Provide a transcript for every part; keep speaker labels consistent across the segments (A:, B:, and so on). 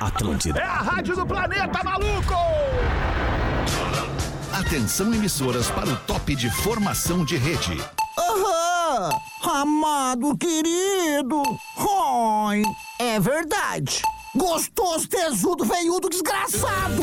A: Atlântida.
B: É a rádio do planeta, maluco!
C: Atenção emissoras para o top de formação de rede.
D: Aham! Ah, Amado querido! Oi! É verdade! Gostoso, tesudo, veiudo, desgraçado!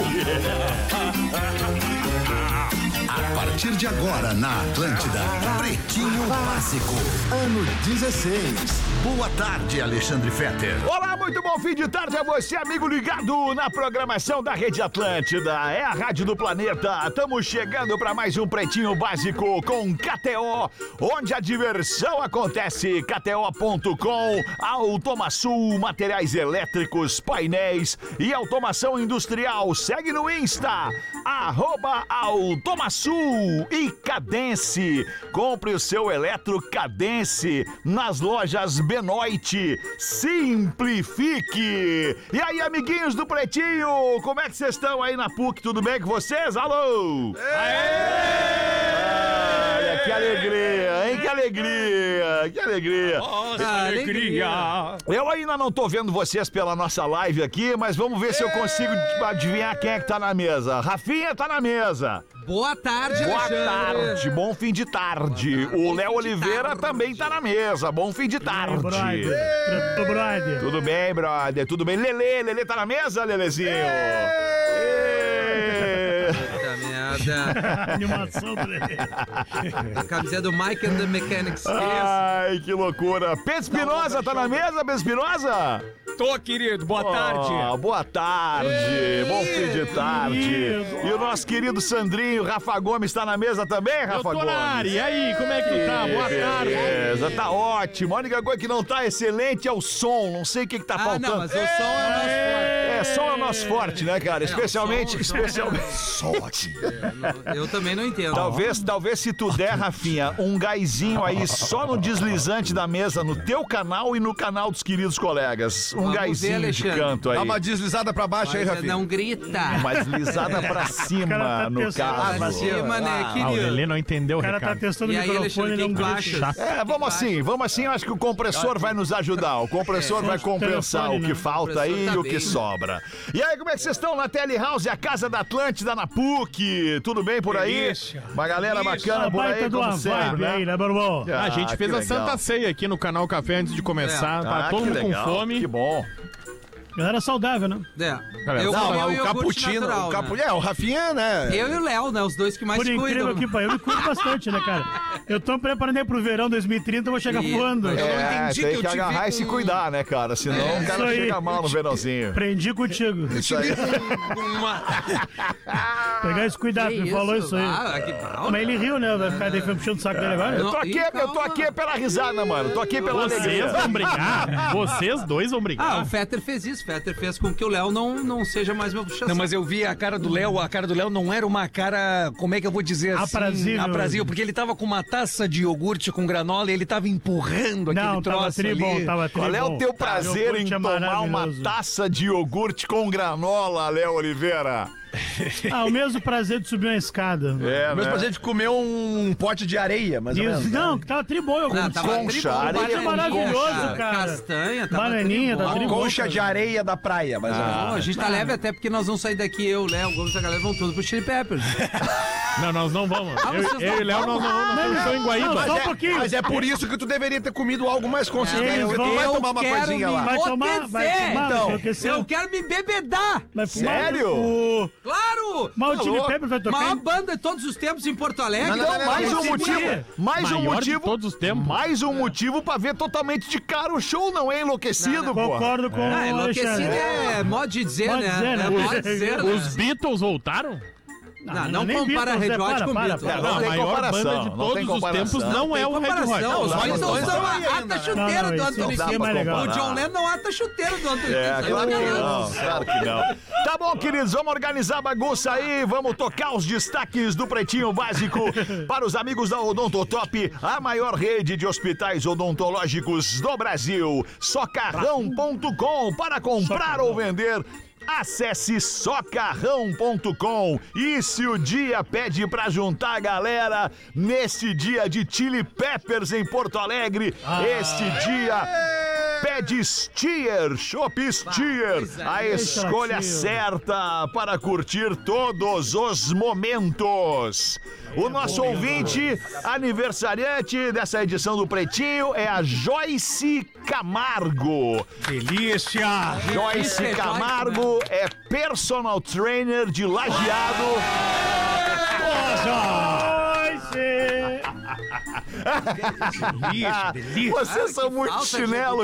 C: A partir de agora na Atlântida, Pretinho Básico, ano 16. Boa tarde, Alexandre Fetter.
B: Olá, muito bom fim de tarde a você, amigo ligado na programação da Rede Atlântida. É a rádio do planeta. Estamos chegando para mais um Pretinho Básico com KTO, onde a diversão acontece. KTO.com, Automaçul, materiais elétricos, painéis e automação industrial. Segue no Insta, arroba Automaçul e Cadence. Compre o seu eletro Cadence nas lojas Benoit. Simplifique! E aí, amiguinhos do Pretinho, como é que vocês estão aí na PUC? Tudo bem com vocês? Alô! Olha, que alegria, hein? Que alegria, que alegria. Ah,
E: Alegria.
B: Eu ainda não tô vendo vocês pela nossa live aqui, mas vamos ver se eu consigo adivinhar quem é que tá na mesa. Rafinha tá na mesa.
D: Boa tarde,
B: Boa
D: Alexandre!
B: tarde, bom fim de tarde. O Léo Oliveira também tá na mesa. Bom fim de tarde.
E: Brother. Brother.
B: Tudo bem, brother? Tudo bem? Lele, Lele tá na mesa, Lelezinho? Ê!
F: Puta merda.
E: Animação brother.
F: A camiseta do Mike and the Mechanics.
B: Ai, que loucura. Pedro Espinosa tá na mesa, Pedro Espinosa?
G: Tô, querido, boa tarde.
B: Ah, boa tarde, bom fim de tarde.
E: querido.
B: E o nosso querido Sandrinho, Rafa Gomes, tá na mesa também, Rafa
E: Eu tô
B: Gomes?
E: na área. E aí, como é que tu tá? Boa tarde.
B: Beleza, tá ótimo. A única coisa que não tá excelente é o som. Não sei o que, que tá
F: Ah,
B: faltando.
F: não, mas o som é o nosso forte.
B: É, som é o nosso forte, né, cara? Especialmente,
F: som- é
B: especialmente.
F: Eu também não entendo.
B: Talvez, talvez se tu der, Rafinha, um gásinho aí só no deslizante da mesa, no teu canal e no canal dos queridos colegas. Um
F: Vamos ver,
B: gásinho de
F: Alexandre.
B: canto aí.
H: Dá uma deslizada pra baixo aí,
F: Mas
H: Rafinha.
F: não grita.
B: Uma deslizada pra cima,
E: cara tá
B: no
E: pensando
B: caso.
F: Pra cima, né,
I: Ah, o Lelê
F: querido?
I: não entendeu o
E: O cara tá
I: recado.
E: testando o
F: E aí,
E: microfone é um
F: Alexandre,
E: e
F: tem
E: não
F: baixo.
E: grita.
B: É, vamos assim, vamos assim. Eu acho que o compressor vai nos ajudar. O compressor vai compensar o
E: É, telefone,
B: que
E: né?
B: falta
F: O
B: aí
F: compressor
B: e
F: tá
B: o que
F: bem.
B: sobra. E aí, como é que vocês estão na Tele House, a casa da Atlântida, na PUC? Tudo bem por aí?
G: Delícia.
B: Uma galera bacana
E: Uma
B: por
E: baita
B: Tá aí,
E: de uma
B: como
E: vibe
B: sempre,
E: aí,
B: né?
E: né, meu irmão?
I: A gente
B: Ah,
I: fez
B: que
I: a
B: legal.
I: Santa Ceia aqui no canal Café antes de
F: É,
I: começar. Tá
B: Ah,
I: todo
B: que
I: mundo
B: legal,
I: com
B: Que
I: fome.
B: bom.
E: Galera saudável, né?
F: É. Eu
H: Não,
F: comi
H: mas o
F: iogurte
H: cappuccino.
F: natural,
H: o
F: né?
H: capu... É, o Rafinha, né?
F: Eu e o Léo, né? Os dois que mais
E: Por incrível
F: cuidam.
E: que pareça, eu me cuido bastante, né, cara? Eu tô me preparando aí pro verão 2030, eu vou chegar
F: Ih,
E: voando.
F: mas-
G: não
B: É,
G: entendi
B: tem
G: que eu
B: que
G: te vi
B: agarrar e
E: um-
G: com-
B: se cuidar, né, cara? Senão o
E: isso
B: cara
E: aí.
B: chega mal no verãozinho.
E: Aprendi contigo.
B: Isso aí.
E: Pegar esse cuidado,
F: Que
E: me falou isso aí.
F: Ah, que pau.
E: Mas ele riu, né? Vai ficar daí foi puxando o saco dele agora?
B: Eu tô
F: Não, então,
B: aqui,
F: ih,
B: eu tô
F: calma.
B: aqui pela risada, mano. Tô aqui pela
I: Vocês
B: alegria.
I: vão brigar? Vocês dois vão
F: Ah,
I: brigar?
F: o Fetter fez isso. O Fetter fez com que o Léo não, não seja mais meu puxação.
G: Não, mas eu vi a cara do Léo, a cara do Léo não era uma cara, como é que eu vou dizer assim?
E: Aprazível.
G: Aprazível, porque ele tava com uma taça de iogurte com granola e ele tava empurrando aquele
E: Não, tava
G: troço
E: tri
G: ali.
E: bom, tava tri
B: Qual é
E: bom.
B: o teu prazer em
E: Iogurte é
B: tomar uma
E: maravilhoso.
B: taça de iogurte com granola, Léo Oliveira?
E: Ah, o mesmo prazer de subir uma escada.
I: né?
B: É,
H: Meus prazer de comer um pote de areia, mas
E: Isso, não, que tava tribom eu
F: Não, tava
B: Concha,
F: tribom,
B: areia
F: bananinha,
B: é
E: maravilhoso, cara.
F: Castanha, tava
E: Bananinha,
F: tribom.
E: tá Ah. tri-
H: Concha de areia da praia, mas
F: Bom, a gente tá leve até porque nós vamos sair daqui, eu, Léo, Gomes e a galera vão todos pro Chili Peppers.
I: Não, nós não vamos.
F: vocês não
I: Eu, eu e Léo nós não vamos. Nós estamos em Guaíba.
H: Mas,
E: Só um
H: é,
E: pouquinho.
H: mas é por isso que tu deveria ter comido algo mais consistente.
E: Eles
H: porque
E: vão-
H: tu vai
E: Eu
H: tomar uma
F: quero
H: coisinha
F: me-
H: lá.
E: Vai
F: Ô,
E: tomar, vai
F: Tezé!
E: tomar,
H: Então,
E: vai aquecer.
F: eu quero me bebedar!
E: Vai fumar,
B: Sério?
E: O,
F: Claro!
E: mas
H: Tá
E: o Chili
B: louco.
E: Peppers vai tocar.
F: Maior
E: hein?
F: banda de todos os tempos em Porto Alegre.
H: Não, não, não, não,
B: Mais
H: não,
B: um
H: não,
B: motivo, mais um
I: Maior de
B: motivo,
I: todos os tempos.
B: mais um motivo pra ver totalmente de cara o show, não é enlouquecido, pô.
E: Concordo com
F: Ah,
E: o
F: enlouquecido
E: Alexandre.
F: é, modo de dizer,
E: Modo de
F: né?
E: dizer, né?
F: É modo de dizer, né?
I: Os Beatles voltaram?
F: Não, não
E: nem
F: compara
E: Beatles,
F: Red
E: é,
F: Hot
E: para,
F: com
E: para,
F: Beatles.
B: para.
F: Não,
I: a
B: tem
I: maior
B: comparação,
I: banda de
B: não
I: todos
B: tem
I: os
B: comparação.
I: tempos não, é o Red Hot.
F: Comparação, os
H: Não,
F: Beatles
H: não,
F: não
H: não,
F: são
H: não,
F: a
H: não,
F: ata
E: Não,
F: chuteira
E: não,
F: do
E: isso
F: Anthony
E: isso aqui
B: Kiedis.
E: é mais legal.
F: O
B: comparar.
F: John Lennon não ata chuteira do Anthony
B: É,
F: Kiedis.
B: claro que
F: Não,
B: não, claro que não. Tá bom, queridos, vamos organizar a bagunça aí, vamos tocar os destaques do Pretinho Básico para os amigos da Odontotop, a maior rede de hospitais odontológicos do Brasil. Socarrão.com para comprar ou vender. Acesse socarrão.com e se o dia pede pra juntar a galera nesse dia de Chili Peppers em Porto Alegre, este dia
I: Pede Steer, Shop Steer,
F: coisa
I: a escolha
J: Steer.
I: certa para curtir todos os momentos. O nosso ouvinte aniversariante dessa edição do Pretinho é a Joyce Camargo.
J: Delícia!
I: Joyce
F: Joyce,
I: Camargo é personal trainer de lajeado.
J: Delícia, delícia!
I: Vocês são muito
F: falta de
I: chinelo,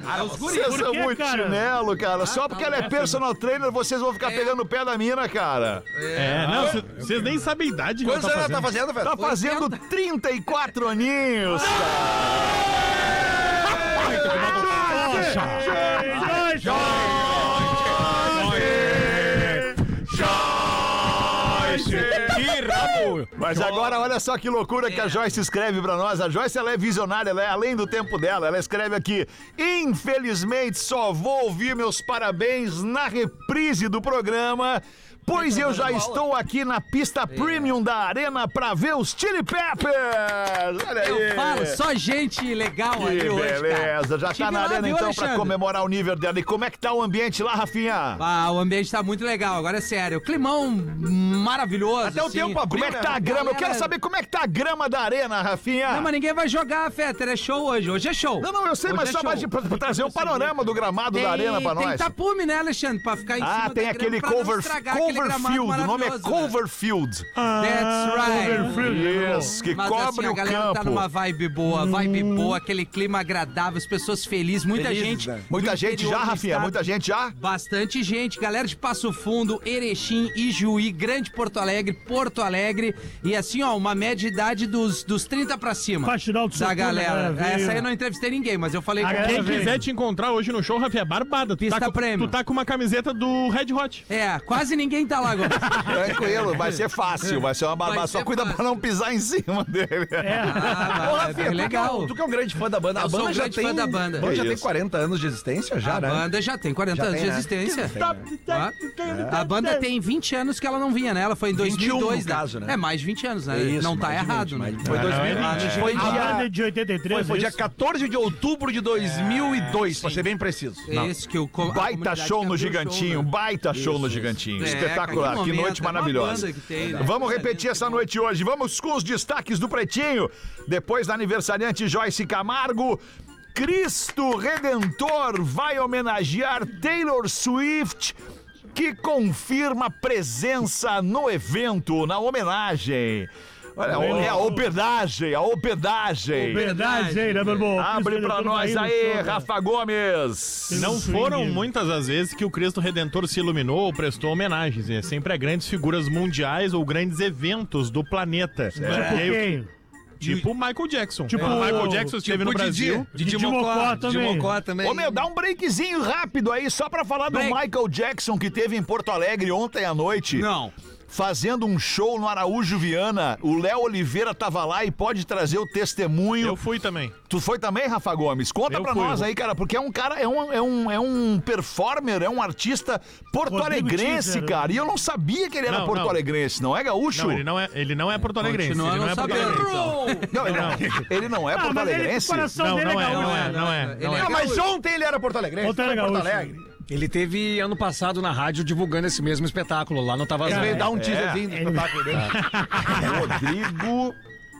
I: cara.
F: né? Os guris,
I: Vocês
J: por
I: são
J: quê,
I: muito
J: cara?
I: chinelo, cara. Só porque ela é personal trainer, vocês vão ficar pegando o pé da mina, cara.
J: É, não, cê- vocês nem sabem a idade que ela
C: Quantos
J: tá
C: anos ela tá
J: fazendo.
C: fazendo, velho?
I: Tá fazendo 34 aninhos.
J: Joyce, Joyce, Que rabo!
I: Mas agora olha só que loucura
F: É.
I: que a Joyce escreve pra nós. A Joyce ela é visionária, ela é além do tempo dela. Ela escreve aqui: "Infelizmente só vou ouvir meus parabéns na reprise do programa." Pois eu já estou aqui na
F: É.
I: pista premium da arena pra ver os Chili Peppers! Olha aí!
F: Eu falo, só gente legal
I: É, Que
F: ali hoje, cara.
I: beleza, já
F: Estive
I: tá na
F: lá,
I: arena
F: viu,
I: então pra
F: Alexandre?
I: comemorar o nível dela. E como é que tá o ambiente lá, Rafinha?
F: Ah, o ambiente tá muito legal, agora é sério. Climão maravilhoso.
C: Até o
F: assim.
C: tempo
I: Como
C: abriu,
I: é que tá a
C: né?
I: grama? Eu quero
F: Galera-
I: saber como é que tá a grama da arena, Rafinha.
F: Não, mas ninguém vai jogar, Fetter. É show hoje. Hoje é show.
I: Não, não, eu sei,
F: Hoje
I: mas
F: é
I: só pra,
F: show.
I: pra- pra trazer o panorama do gramado da arena pra
F: Tem
I: nós.
F: tapume, né, Alexandre? Pra ficar em cima
I: Ah,
F: da
I: tem
F: grama
I: aquele
F: pra não
I: cover,
F: estragar aquele
I: cover
F: gramado
I: field. O nome é
F: maravilhoso, né?
I: cover field.
F: That's right.
I: Isso, que
F: Mas
I: cobre
F: assim, a
I: o
F: galera tá
I: campo.
F: numa vibe boa, vibe boa, aquele clima agradável, as pessoas felizes, muita
C: Felizes,
F: gente.
C: né?
I: Muita
F: do
I: gente
F: interior
I: já,
F: do
I: Rafinha,
F: estado.
I: muita gente já.
F: Bastante gente, galera de Passo Fundo, Erechim, Ijuí, Grande Porto Alegre, Porto Alegre. E assim, ó, uma média de idade dos, dos 30 pra cima.
E: Faixa de alto
F: da
E: socorro,
F: galera.
E: galera,
F: Essa
E: veio.
F: aí eu não entrevistei ninguém, mas eu falei
E: A galera
F: ela.
J: Quem
E: vem.
J: quiser te encontrar hoje no show, Rafinha, barbada. Tu
F: Pista
J: tá, com,
F: prêmio.
J: tu tá com uma camiseta do Red Hot.
F: É, quase ninguém tá lá agora.
I: Tranquilo, vai ser fácil, vai ser uma barbada.
F: Vai ser
I: Só cuida pra
F: fácil.
I: não pisar em cima dele.
E: É.
F: Ah,
C: Ô, Rafinha,
F: vai,
C: tu,
F: vai,
C: Que é,
F: legal.
C: um- tu que é um grande fã da banda.
F: Eu
C: a
F: sou
C: banda
F: um
C: já
F: grande
C: tem,
F: fã da banda.
C: A banda
I: É
C: já tem
I: isso.
C: 40 anos de existência, já,
F: A
C: né?
F: banda já tem 40
C: Já
F: anos
C: tem,
F: de
C: né?
F: existência.
J: Tá.
F: É. A banda tem 20 anos que ela não vinha, né? Ela foi em
C: 21
F: 2002,
C: no caso, né?
F: É, mais de 20 anos, né?
C: É isso,
F: não tá
C: mais de
F: errado,
C: 20,
F: né?
C: mais de- Foi 2020.
F: Ah, né?
C: Foi
E: A
C: dia-
E: banda de 83,
C: Foi, foi dia
E: isso?
C: 14 de outubro de 2002, pra ser bem preciso.
F: É isso que o co- a
I: Baita
F: comunidade
I: show
F: que
I: no
F: abriu o show,
I: Gigantinho,
F: né?
I: baita show no Gigantinho.
F: É,
I: Espetacular,
F: cara,
I: que,
F: que
I: noite
F: momento, é uma
I: maravilhosa.
F: banda que tem, né?
I: Vamos
F: Coisa
I: repetir
F: linda,
I: essa
F: que
I: noite hoje. Vamos com os destaques do Pretinho. Depois da aniversariante Joyce Camargo. Cristo Redentor vai homenagear Taylor Swift, que confirma presença no evento, na homenagem. Olha, é a homenagem, a homenagem.
E: Verdade, hein, né, meu irmão?
I: É. Abre
E: Cristo
I: pra
E: Redentor
I: nós
E: tá um no
I: aí,
E: show, né?
I: Rafa Gomes.
J: Não
E: Sim.
J: foram muitas as vezes que o Cristo Redentor se iluminou ou prestou homenagens. É sempre a grandes figuras mundiais ou grandes eventos do planeta.
E: Tipo
J: E aí,
E: quem?
J: Tipo o Michael Jackson.
E: Tipo-
J: Tipo, o Michael Jackson esteve
B: Tipo
J: no Brasil.
B: Didi, Didi
E: Didi
B: Mocó,
E: Mocó
B: Didi
E: também.
B: Mocó também.
I: Ô meu, dá um breakzinho rápido aí, só pra falar do
F: Break.
I: Michael Jackson que teve em Porto Alegre ontem à noite.
F: Não.
I: Fazendo um show no Araújo Viana. O Léo Oliveira tava lá e pode trazer o testemunho.
J: Eu fui também.
I: Tu foi também, Rafa Gomes? Conta
J: Eu
I: pra
J: fui,
I: nós
J: eu-
I: aí, cara, porque é um cara, é um, é um, é um performer, é um artista porto-alegrense,
E: Teaser.
I: cara. E eu não sabia que ele era
J: Não, não.
I: porto-alegrense, não. é gaúcho?
J: Não, ele não é, ele não é porto-alegrense. Ele
F: Continua
J: não
F: não
J: é porto-alegrense.
F: sabendo.
I: Não, ele,
J: não.
I: ele não é
E: Ah, mas ele, o
I: porto-alegrense?
E: coração
J: Não,
E: dele
J: não
E: é
J: é,
E: gaúcho.
J: não é, não é.
F: Ele
J: não é.
C: Ah, mas
F: gaúcho.
C: ontem ele era Porto Alegre.
E: Ontem
C: foi
E: era
C: em Porto
E: gaúcho.
C: Alegre.
B: Ele teve ano passado na rádio divulgando esse mesmo espetáculo lá no
C: Ele
B: Tavazão.
C: veio dar um teaserzinho do
E: É.
C: espetáculo dele.
I: Rodrigo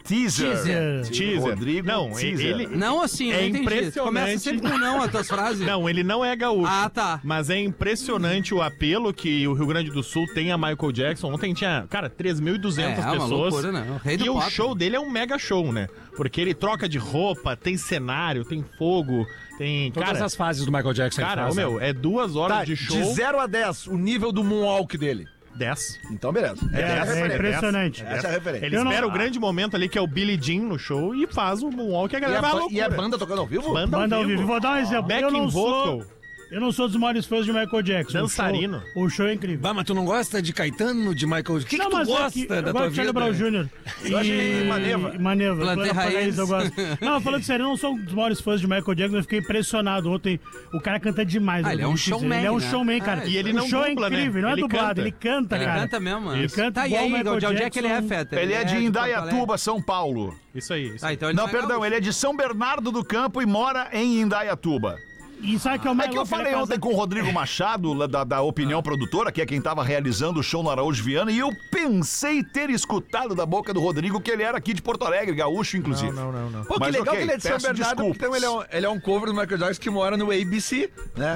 I: Teaser.
E: Teaser.
J: Teaser.
I: Rodrigo
J: Não, e-
I: Teaser.
J: ele-
F: é. Não, assim, eu
J: É
F: entendi.
J: impressionante.
F: Começa sempre com não as tuas frases.
J: Não, ele não é gaúcho.
F: Ah, tá.
J: Mas é impressionante o apelo que o Rio Grande do Sul tem a Michael Jackson. Ontem tinha, cara, 3.200
F: É, é uma
J: pessoas.
F: loucura, né? O rei do
J: e o
F: pop.
J: show dele é um mega show, né? Porque ele troca de roupa, tem cenário, tem fogo, tem.
B: Todas
J: cara,
B: as fases do Michael Jackson. ele
J: cara,
B: faz,
J: ô, meu, é duas horas
C: Tá,
J: de show.
C: de 0 a 10, o nível do moonwalk dele.
J: 10.
C: Então, beleza.
E: É, é,
C: referência.
E: impressionante.
C: Essa é a referência.
J: Ele
E: Eu não-
J: espera o grande momento ali, que é o Billy Jean no show e faz o Moonwalk e a
C: E
J: galera
C: a,
J: vai à
C: ba- e a
J: loucura.
C: banda tocando ao vivo?
J: Banda
E: Manda ao vivo. Vou dar um exemplo.
J: Back
E: eu, não
J: in vocal.
E: sou, eu não sou dos maiores fãs de Michael Jackson.
J: Dançarino.
E: O show, o show é incrível.
B: Bah, mas tu não gosta de Caetano, de Michael... O que, que
E: não,
B: tu
E: mas
B: gosta
E: é que
B: da
E: eu
B: tua
E: gosto de
B: vida?
E: Charlie Brown Jr.
C: Eu acho que Maneva.
E: E Maneva.
F: Plantei
E: Plantei
F: raízes.
E: raiz, eu gosto. Não, falando sério, eu não sou um dos maiores fãs de Michael Jackson, eu fiquei impressionado ontem. O cara canta demais.
F: Ah,
E: eu
F: ele é um
E: vou te dizer.
F: showman,
E: Ele é um
F: né?
E: showman, cara.
F: Ah, E
J: ele
E: o
J: não
E: show
J: dubla,
E: é
J: né?
E: incrível, não é
J: Ele
E: dublado,
J: canta.
E: ele canta,
F: Ele
E: cara.
F: canta mesmo.
E: Ele
J: Isso.
E: canta
F: Tá, e
E: igual
F: aí,
E: o Michael
F: de onde é que ele é,
E: Jackson.
F: Feta?
I: Ele é de
E: um
F: Porto Alegre.
I: Indaiatuba, São Paulo.
J: Isso aí, isso
F: Tá,
J: aí.
F: então ele
I: Não,
F: é
I: perdão,
F: gaúcho.
I: ele é de São Bernardo do Campo e mora em Indaiatuba.
E: E sabe que é o
F: Ah,
E: mais
I: É que eu
E: louco? Ele
I: falei
E: casado-
I: ontem com o Rodrigo Machado, lá da, da Opinião Produtora, que é quem tava realizando o show no Araújo Viana, e eu pensei ter escutado da boca do Rodrigo que ele era aqui de Porto Alegre, gaúcho, inclusive. Não, não, não.
C: Pô, que legal que ele é de São Bernardo, porque então ele é, um, ele é um cover do Michael Jackson que mora no ABC, né?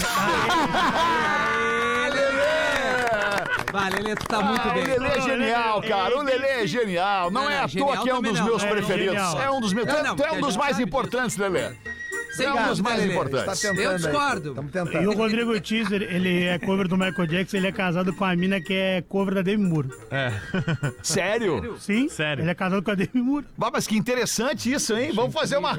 F: Vale, Lelê, tu tá muito bem.
I: Lelê é genial, cara. O Lelê é genial. Não,
F: Não,
I: é
F: não,
I: à toa
F: genial
I: que é um
F: também
I: dos
F: não.
I: meus
F: É
I: preferidos.
E: genial.
I: É um dos meus.
F: Não, não,
I: Tu é um
F: porque a
I: dos
F: gente
I: mais
F: sabe
I: importantes, Lelê.
F: Sem
I: É um dos
F: dúvida,
I: mais
F: Lelê. Tá
I: importantes.
F: Eu discordo.
D: Estamos
E: E o
D: tentando.
E: Rodrigo Teaser, ele é cover do Michael Jackson, ele é casado com a mina que é cover da Demi Moore.
I: Sério?
E: Sim?
J: Sério?
E: Ele é casado com a Demi Moore.
I: Bah, mas que interessante isso, hein? Vamos fazer uma.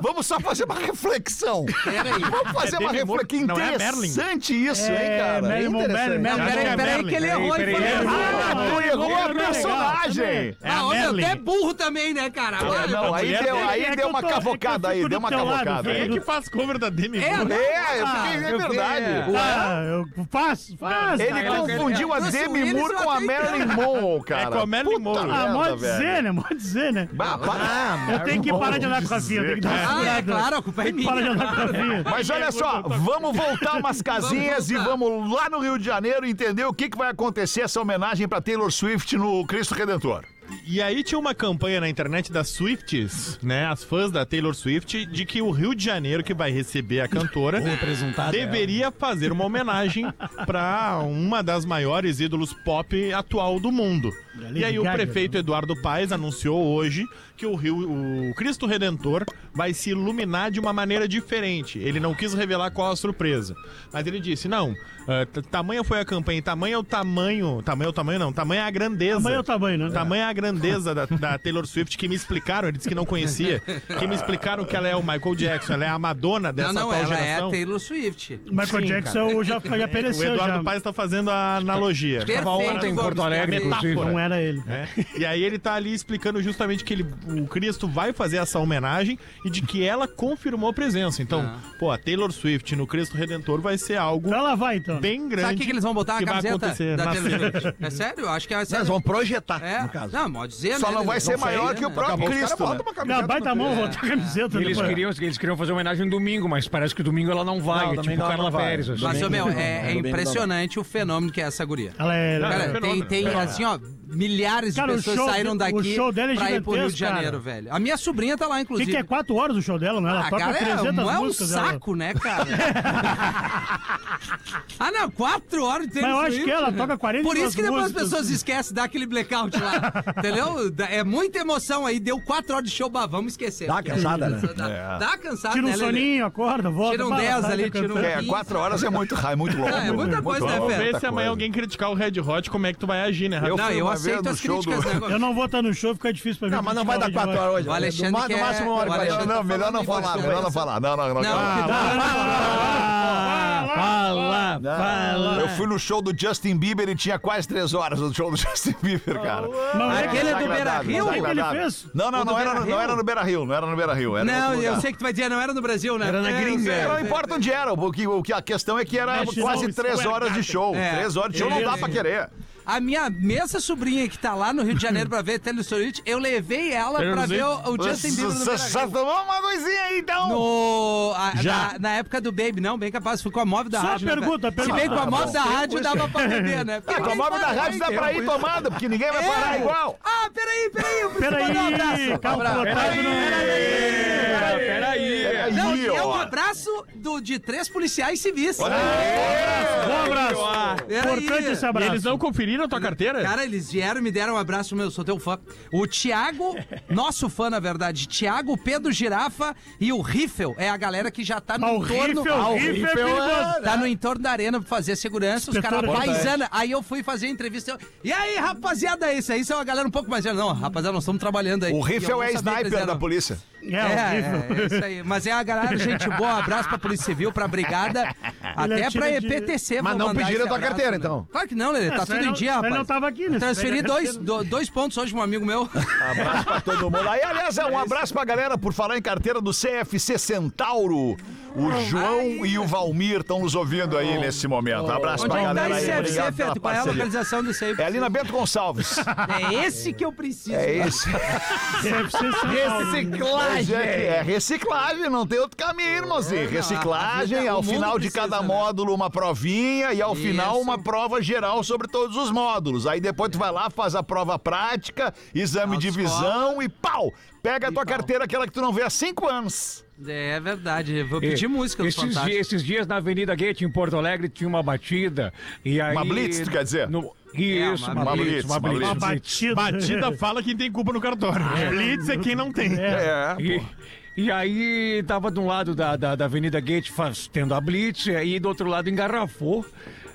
I: Vamos só fazer uma reflexão.
F: Peraí.
I: Ah, Vamos fazer
J: É
I: uma
J: Demi Moore,
I: reflexão. Que
J: não é Merlin?
I: interessante isso,
E: É
I: hein, cara?
E: Marilyn Monroe, Marilyn,
F: Não,
E: Marilyn,
F: peraí,
E: Marilyn.
F: peraí, que ele errou. Ele falou errado.
I: Ah, tu errou a personagem.
E: É a
F: Ah, homem,
E: Merlin.
F: até burro também, né, cara? Olha,
I: Não, aí
J: mulher
I: deu,
J: dele
I: aí
E: é que
I: deu
E: eu
I: uma
E: tô- é que eu
I: cavocada aí,
E: fico
I: deu
E: do
I: uma
E: teu lado,
I: cavocada
E: velho.
I: aí.
J: Quem é que faz cover da Demi
F: É,
J: Moore?
F: não.
I: É, eu fiquei, é
F: eu vi.
I: verdade.
E: Ah, eu faço, faço.
I: Ele confundiu a
F: Bruce
I: Demi
F: Willis
I: Moore
F: eu
I: com a
F: até
I: Marilyn Monroe, cara.
J: É com a Marilyn
I: Puta
J: Monroe.
E: Ah,
I: merda,
E: pode dizer,
I: velho.
E: né? Pode dizer, né?
I: Bah, para.
E: Eu tenho que parar de andar com a Fia, eu tenho que dar uma
F: Ah, é
E: segurada.
F: claro, a culpa é minha.
E: Para de andar com a Fia.
I: Mas olha só, vamos voltar umas casinhas
F: voltar.
I: e vamos lá no Rio de Janeiro entender o que, que vai acontecer essa homenagem pra Taylor Swift no Cristo Redentor.
J: E aí tinha uma campanha na internet das Swifts, né? As fãs da Taylor Swift, de que o Rio de Janeiro, que vai receber a cantora, deveria fazer uma homenagem pra uma das maiores ídolos pop atual do mundo.
E: Lady
J: E aí o
E: Gaga, né?
J: prefeito Eduardo Paes anunciou hoje que o Rio, o Cristo Redentor vai se iluminar de uma maneira diferente. Ele não quis revelar qual a surpresa, mas ele disse: "Não, eh, t- tamanha foi a campanha, e tamanho é o tamanho, tamanho é o tamanho não, tamanho é a grandeza.
E: Tamanho é o tamanho, né?
J: Tamanha a grandeza da, da Taylor Swift que me explicaram, ele disse que não conhecia, que me explicaram que ela é o Michael Jackson, ela é a Madonna dessa
F: Não, não,
J: tal
F: ela é
J: geração.
F: a Taylor Swift.
E: Michael Jackson já, já
J: O
E: pereceu, já.
J: Eduardo Paes está fazendo a analogia.
F: Perfeito, É Tá.
B: ontem em
F: Gomes,
B: Porto Alegre,
F: perfeito.
B: inclusive.
E: Não era ele.
J: né? E aí ele tá ali explicando justamente que ele, o Cristo vai fazer essa homenagem e de que ela confirmou a presença. Então,
F: Ah.
J: pô, a Taylor Swift no Cristo Redentor vai ser algo
E: Então ela vai, então.
J: bem grande.
F: Sabe o que, que eles vão botar na
J: que vai
F: camiseta
J: acontecer
F: da
J: na
F: Taylor Swift? É sério? Eu acho que é sério.
C: Eles vão projetar,
F: É,
C: no caso.
F: não, pode dizer,
I: Só
F: né,
I: não vai
F: Lelê?
I: ser maior
F: sei,
I: que
F: né?
I: o próprio Cristo, né?
E: Não, baita mão, vou botar a camiseta
B: Eles
E: depois.
B: queriam, eles queriam fazer homenagem no domingo, mas parece que domingo ela não vai.
C: Não,
B: é tipo
C: domingo ela
B: Carla
C: não vai.
B: Pérez. assim.
F: Mas, ô, meu, é, é impressionante o fenômeno que é essa guria.
E: Ela é...
I: um
F: Cara, tem, tem assim, ó, milhares
E: Cara, o
F: de pessoas
E: show-
F: saíram
E: o
F: daqui
E: show dela é
F: pra ir pro Rio de
E: gigantesco, cara.
F: Janeiro, velho. A minha sobrinha tá lá,
E: O que,
F: inclusive.
E: que é quatro horas o show dela, né? Ela
F: Ah,
E: toca
F: cara,
E: 300
F: é, é um
E: músicas. ela-
F: saco, né, cara? ah, não, quatro horas de
E: Mas eu acho que ela toca 40
F: Por isso que depois
E: músicas.
F: as pessoas esquecem daquele blackout lá, entendeu? Dá- É muita emoção aí, deu quatro horas de show, bah, vamos esquecer.
C: Dá uma
F: Porque-
C: cansada, né?
F: Dá,
I: É.
F: dá cansado,
E: Tira um
F: né, Lelê?
E: soninho, acorda, volta.
F: Tira um
E: vai,
F: 10
E: sai
F: ali,
E: cantando.
F: tira um-
I: É, quatro horas é muito raio, muito longo.
F: É, é muita
I: muito
F: coisa, né,
I: longo.
J: Vamos
F: Fer?
J: ver
I: Muita
J: se amanhã
I: coisa.
J: alguém criticar o Red Hot, como é que tu vai agir, né, Rafa?
I: Eu
F: Não,
I: fui
F: eu
I: uma vez
F: aceito
I: no
F: as
I: show
F: críticas,
I: do-
F: né, Gomes?
E: Eu não vou estar no show, fica difícil pra mim.
C: Não, Ah, mas não vai dar
E: criticar o
C: quatro horas
E: Red Hot.
C: hoje.
F: O Alexandre
C: no, ma-
F: quer-
C: no máximo uma hora
F: o
C: e
F: Alexandre- tá
C: quarenta.
I: Não, melhor não falar, melhor não falar. Não, não, não.
F: Não, tá,
I: calma.
F: que
E: Ah,
F: dá-
B: Fala, fala.
I: Eu fui no show do Justin Bieber e tinha quase três horas no show do Justin Bieber, cara.
E: Não, é
F: Aquele é do Beira
I: Desagradável,
F: Rio?
E: Sabe o que ele
I: desagradável.
E: fez?
I: Não, não,
F: O do
I: não era,
F: Beira
I: não
F: Rio?
I: era no Beira Rio, não era no Beira Rio. Era em
F: Não,
I: outro
F: eu
I: lugar.
F: sei que tu vai dizer, não era no Brasil, né?
B: Era na
F: É, eu
B: gringa.
F: sei,
I: É,
F: eu
I: não
F: sei.
I: importa onde era, o que, o que a questão é que era
E: National
I: quase três
E: Square
I: horas de
E: Garden.
I: show.
F: É.
I: Três horas de show não dá pra querer.
F: A minha mesma sobrinha que tá lá no Rio de Janeiro pra ver Taylor Swift, eu levei ela pra ver o, o Justin Bieber no Beira
I: é Só
F: Rio.
I: tomou uma coisinha aí, então.
F: No, a- na, na época do Baby, não, bem capaz, fui com a móvel da
E: Só
F: rádio.
E: a
F: né,
E: pergunta,
F: cara?
E: a
F: Se bem
E: pergunta.
F: com a móvel da rádio dava pra beber, né?
I: Tá Ah, com
F: Porque
I: a
F: ninguém
I: móvel da
F: para,
I: rádio dá pra ir tomada, porque ninguém vai parar
F: É.
I: igual.
F: Ah, peraí, peraí, eu preciso mandar um abraço.
E: Peraí, calma, Otávio
B: Peraí, peraí.
I: Aí,
F: Não, e é um
I: ó.
F: abraço do, de três policiais civis.
E: não... Bom Um abraço.
F: Peraí.
E: Importante esse abraço.
J: Eles não conferiram a tua carteira?
F: Cara, eles vieram, me deram um abraço, meu, sou teu fã. O Thiago, nosso fã, na verdade, Thiago, Pedro Girafa e o Riffel. É a galera que já tá no
E: Ah, o
F: entorno.
E: Riffel,
F: Ah, o
E: Riffel é perigoso.
F: Tá no entorno da arena pra fazer segurança, os caras
E: Inspetor é
F: paisana. Aí eu fui fazer a entrevista. eu- E aí, rapaziada, isso aí são a galera um pouco mais velha. Não, rapaziada, nós estamos trabalhando aí.
I: O
F: E eu
I: Riffel
F: não
I: é
F: sabia que eles
I: sniper da
F: eram-
I: polícia.
E: É,
F: é,
E: horrível.
F: é, é isso aí. Mas é a galera, gente boa. Abraço pra Polícia Civil, pra Brigada, até
E: atira
F: pra
E: é de-
F: EPTC.
C: Mas
F: vou
C: não
F: mandar
C: pediram
F: esse
C: a tua
F: abraço,
C: carteira,
F: né?
C: então.
F: Claro que não, Lelê. Tá
E: Isso
F: tudo
E: aí
F: em
E: não-
F: dia,
E: isso aí
F: rapaz.
E: não tava aqui, né? Isso aí
F: Transferi
E: não-
F: dois, do- dois pontos hoje pra um amigo meu.
I: Abraço pra todo mundo. Aí, aliás, é um abraço pra galera por falar em carteira do CFC Centauro. O João e o Valmir estão nos ouvindo aí nesse momento. Um Abraço
F: Onde
I: pra
F: é que tá
I: galera
F: esse
I: aí.
F: CFC,
I: Obrigado pela
F: Feto? Qual é a
I: parceria.
F: localização do CFC?
I: É ali na Bento Gonçalves.
F: É esse que eu preciso.
I: É esse. Pois é, que é reciclagem, não tem outro caminho, irmãozinho.
F: a
I: reciclagem,
F: vida-
I: ao
F: é o mundo
I: final de
F: precisa,
I: cada
F: né?
I: módulo uma provinha e ao
F: Isso.
I: final uma prova geral sobre todos os módulos. Aí depois tu vai lá, faz a prova prática, exame de visão e pau! Pega a tua carteira, aquela que tu não vê há cinco anos.
F: É, é verdade. Eu vou pedir música do
G: esses, dias,
F: Fantástico.
G: esses dias na Avenida Gate, em Porto Alegre, tinha uma batida. E aí,
I: Uma blitz, tu quer dizer?
G: No, isso,
F: É,
G: uma, blitz, uma blitz.
E: Uma
G: uma blitz.
E: batida.
J: Batida fala quem tem culpa no cartório. Blitz é quem não tem.
I: É.
G: E, e aí tava de um lado da, da, da Avenida Gate faz- tendo a blitz, e aí do outro lado engarrafou.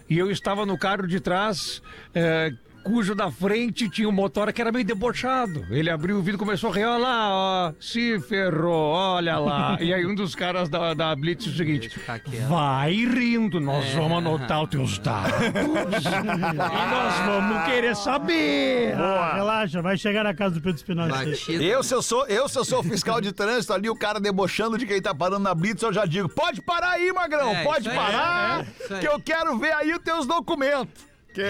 G: E eu estava no carro de trás, eh, cujo da frente tinha um motor que era meio debochado. Ele abriu o vidro e começou a rir, olha lá, ó, se ferrou, olha lá. E aí um dos caras da, da blitz disse o seguinte,
F: ficar quieto.
G: vai rindo, nós vamos anotar os teus dados. e nós vamos querer saber.
E: Ah, relaxa, vai chegar na casa do Pedro Espinosa.
F: Batida.
I: Eu, se eu, sou, eu, se eu sou fiscal de trânsito ali, o cara debochando de quem tá parando na Blitz, eu já digo: pode parar aí, magrão,
F: É,
I: pode
F: isso aí,
I: parar,
F: é, é, isso aí.
I: que eu quero ver aí os teus documentos. Que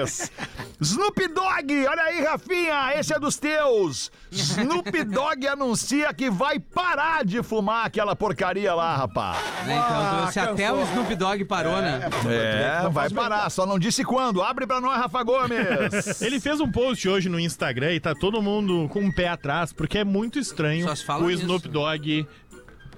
I: isso? Snoop Dogg, olha aí, Rafinha, esse é dos teus. Snoop Dogg anuncia que vai parar de fumar aquela porcaria lá, rapaz.
F: Né, então, trouxe até o Snoop Dogg parou, né?
I: É, vai parar, só não disse quando. Abre pra nós, Rafa Gomes.
J: Ele fez um post hoje no Instagram e tá todo mundo com o pé atrás, porque é muito estranho
F: Só se fala
J: o
F: nisso.
J: Snoop Dogg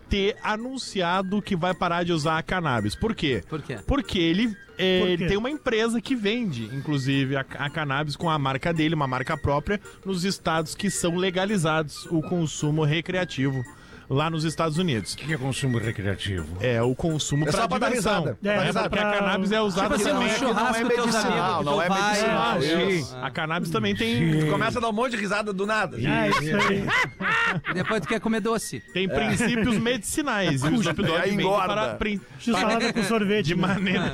J: ter anunciado que vai parar de usar a cannabis. Por quê?
F: Por quê?
J: Porque ele, é,
E: Por quê?
J: ele tem uma empresa que vende, inclusive, a, a cannabis com a marca dele, uma marca própria, nos estados que são legalizados o consumo recreativo lá nos Estados Unidos.
G: O que é consumo recreativo?
J: É o consumo
C: É só pra dar
J: diversão.
C: risada.
E: É,
J: É,
E: só
J: porque
E: pra-
J: a cannabis é
F: Tipo
J: usada
F: assim,
J: também.
F: um churrasco, teus
I: medicinal,
F: amigos, que
I: não
F: tu
I: é
F: vai,
I: medicinal,
J: Ah,
F: né?
J: sim. A cannabis também
I: é,
J: tem,
C: Começa a dar um monte de risada do nada.
E: É isso aí.
F: Ah, Depois tu quer comer doce.
J: tem princípios medicinais. E o Snoop Dogg
I: É. Aí
J: vende
I: engorda.
J: para prin-
E: X salada com sorvete. né?
J: de maneira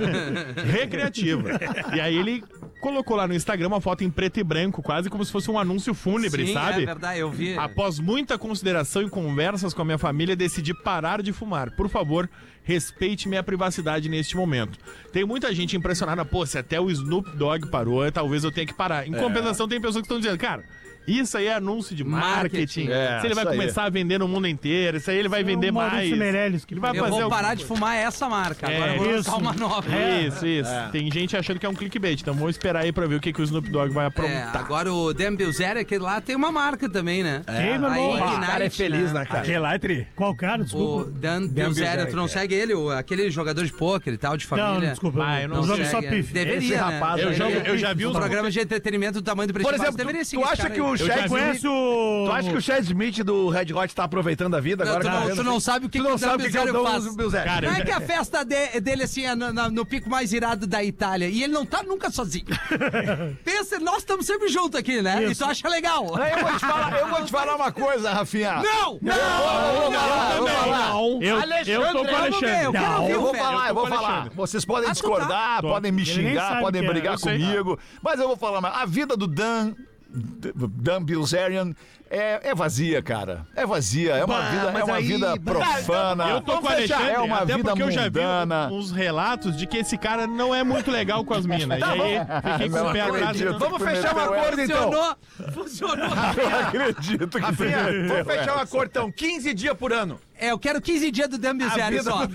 J: recreativa. E aí ele colocou lá no Instagram uma foto em preto e branco, quase como se fosse um anúncio fúnebre,
F: Sim,
J: sabe?
F: É verdade, eu vi.
J: Após muita consideração e conversas com a minha família, decidi parar de fumar. Por favor, respeite minha privacidade neste momento. Tem muita gente impressionada, pô, se até o Snoop Dogg parou, talvez eu tenha que parar. Em compensação, tem pessoas que estão dizendo, cara. Isso aí é anúncio de marketing.
F: Marketing.
I: É,
J: se ele vai
I: isso aí.
J: começar a vender no mundo inteiro, isso aí ele vai vender
E: o Maurício
J: mais.
E: Meirelles que
J: ele vai
F: Eu
J: fazer
F: vou
J: alguma
F: parar de fumar essa marca. Agora
J: É,
F: eu vou
E: isso.
F: lançar uma nova.
J: Isso, isso. Tem gente achando que é um clickbait, então vamos esperar aí pra ver o que, que o Snoop Dogg vai
F: É,
J: aprontar.
F: agora o Dan Bilzerian, aquele lá tem uma marca também, né?
E: Quem, meu
F: A
E: irmão?
F: Ignite,
E: Ah,
C: cara é feliz, né, cara?
G: Aquela é tri.
E: Qual cara?
F: O
E: Desculpa.
F: Dan Bilzerian, tu não segue ele? O- aquele jogador de pôquer e tal, de família?
E: Não, desculpa.
J: Ah, eu não
E: Os
J: sei.
E: homens só
F: segue.
E: pife.
F: Deveria,
C: Esse
F: né?
C: rapaz,
J: eu já-
F: Deveria.
J: eu já vi
F: Um
J: uns-
F: programa de entretenimento do tamanho do
C: Por
F: Pretinho
C: exemplo,
F: Básico, deveria
C: tu,
F: seguir
C: tu
F: esse
C: acha
F: cara
C: que
F: aí.
C: o
J: já
C: Chad
J: vi-
C: Smith...
E: Conhece o...
C: Tu acha que o Chad Smith do Red Hot tá aproveitando a vida
F: Não,
C: agora?
F: tu,
C: tá
F: não,
C: vendo?
F: tu não sabe o que,
C: Tu
F: que
C: não
F: o Dan
C: sabe o que é o
F: Bilzerian faz.
C: Dom Bilzeric.
J: Cara,
F: Não é que a festa de- dele, assim, é no, na- no pico mais irado da Itália. E ele não tá nunca sozinho. Pensa, nós estamos sempre juntos aqui, né? E tu acha legal.
I: Aí eu vou te falar, eu vou te falar uma coisa, Rafinha.
F: Não!
I: Vou falar, vou falar.
J: eu, eu tô com o
F: vamos ver, eu
J: Alexandre.
F: quero ver
I: Eu
F: o
I: vou
F: Fera.
I: falar, eu
J: tô
I: vou
J: com o
I: falar.
J: Alexandre.
I: Vocês podem
F: Ah, tu tá.
I: discordar,
J: Tô.
I: podem me
J: Ele nem
I: xingar,
J: sabe
I: podem
J: quem é,
I: brigar
J: eu sei.
I: comigo, mas eu vou falar. mais. A vida do Dan. Dan Bilzerian é, é vazia, cara. É vazia. É uma vida, é uma vida
F: então
I: profana.
J: Eu tô com o Alexandre,
I: É uma
J: até
I: vida
J: porque eu já
I: mundana.
J: vi um, uns relatos de que esse cara não é muito legal com as minas. E aí, fiquei com o pé atrás.
I: acredito.
J: Vamos
C: Vamos fechar um
I: Primeiro
C: acordo, então.
F: Funcionou! Funcionou!
I: Eu acredito que
C: Rafinha,
I: tem.
C: vamos fechar um acordo, então. 15 dias por ano.
F: É, eu quero 15 dias do Dan Bilzerian só.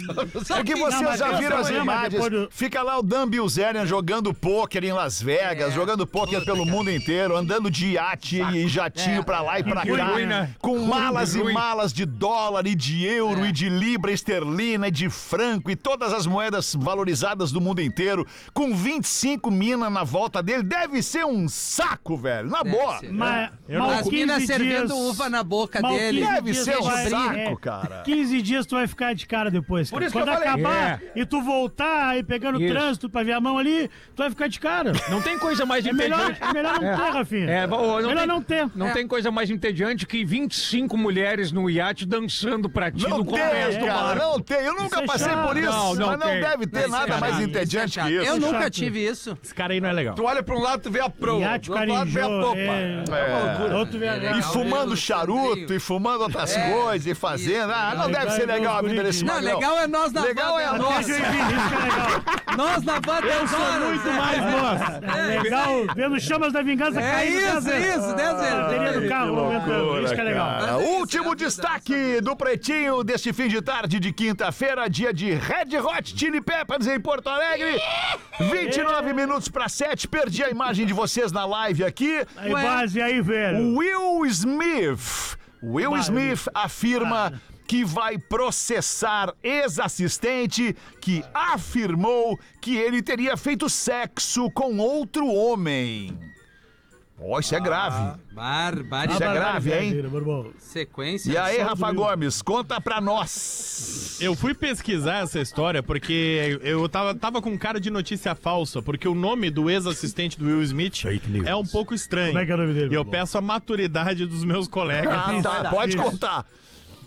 F: Só
I: É que
F: 15
I: vocês
E: mas
I: já
E: eu
I: viram
E: só
I: as
E: lembro
I: imagens.
E: depois do-
I: Fica lá o Dan Bilzerian jogando pôquer em Las Vegas, jogando pôquer pelo mundo inteiro, andando de iate e jatinho
F: É.
I: pra lá e pra
E: Ruim,
I: cá,
E: ruim, né?
I: com malas e malas de dólar e de euro e de libra esterlina e de franco e todas as moedas valorizadas do mundo inteiro, com 25 minas na volta dele. Deve ser um saco, velho, na
F: Deve
I: boa.
F: ser.
E: Ma- mal
F: As
E: 15
F: minas servindo
E: dias-
F: uva na boca
E: mal
F: dele.
E: 15
I: Deve
E: dias
I: ser
E: tu
I: um
E: vai-
I: saco,
E: é,
I: cara.
E: 15 dias tu vai ficar de cara depois. Cara.
C: Por isso que
E: Quando
C: eu falei.
E: acabar e tu voltar aí pegando
G: Isso.
E: trânsito pra ver a mão ali, tu vai ficar de cara.
G: Não tem coisa mais
E: É melhor,
G: impediante.
E: é melhor não ter, Rafinha.
G: É, bom, não
E: melhor
G: tem-
E: não ter.
G: Não tem coisa mais entediante que 25 mulheres no iate dançando pra ti
I: Não
G: no começo
I: tem,
G: do
I: cara,
G: bar.
I: não tem. Eu nunca
E: Isso é
I: passei por
E: chato.
I: isso,
G: Não, não
I: mas não
G: tem.
I: deve ter
F: Isso é
I: nada
F: chato,
I: mais
F: isso é
I: entediante
F: chato.
I: que isso.
F: Eu nunca
E: Chato.
F: tive isso.
J: Esse cara aí não é legal.
C: Tu olha pra um lado, tu vê a proa.
E: Iate
C: do outro lado, vê a
E: Carijó,
C: popa.
E: é.
C: É uma loucura.
E: Outro vem
I: E
F: Legal,
I: fumando
F: eu
I: charuto,
F: odeio.
I: e fumando outras
F: É,
I: coisas, e fazendo. Ah, não
E: Legal
I: deve ser
E: é ver
I: legal
E: os
I: a vida
E: guri
I: desse
E: de-
F: Não,
I: magrão.
F: legal é nós na
I: Legal
F: banda.
I: é a
F: nós.
E: Isso que é legal.
F: Nós na banda é nós.
J: Muito mais, moça.
E: É legal, vendo chamas da vingança
F: É
E: caindo.
F: isso,
E: dez vezes.
F: é isso, dez vezes.
E: Bateria do carro aumentando, isso que é legal.
I: Cara,
F: Mas é isso, é a
I: Último
F: vida,
I: destaque do Pretinho deste fim de tarde de quinta-feira, dia de Red Hot Chili Peppers em Porto Alegre. 29 minutos para 7. Perdi a imagem de vocês na live aqui.
E: Aí base, aí velho.
I: Will Smith. Will
E: Bah,
I: Smith afirma que vai processar ex-assistente que afirmou que ele teria feito sexo com outro homem. Ó, isso é grave. Isso é
F: Barbaridade.
I: grave, hein?
E: Brincadeira, Borbão.
F: Sequência.
I: E aí,
E: só
I: Rafa
E: domingo.
I: Gomes, conta pra nós.
J: Eu fui pesquisar essa história porque eu tava, tava com cara de notícia falsa, porque o nome do ex-assistente do Will Smith é um pouco estranho.
E: Como é que é o nome dele,
J: E eu
E: Bobo?
J: peço a maturidade dos meus colegas,
I: Ah, tá, pode contar.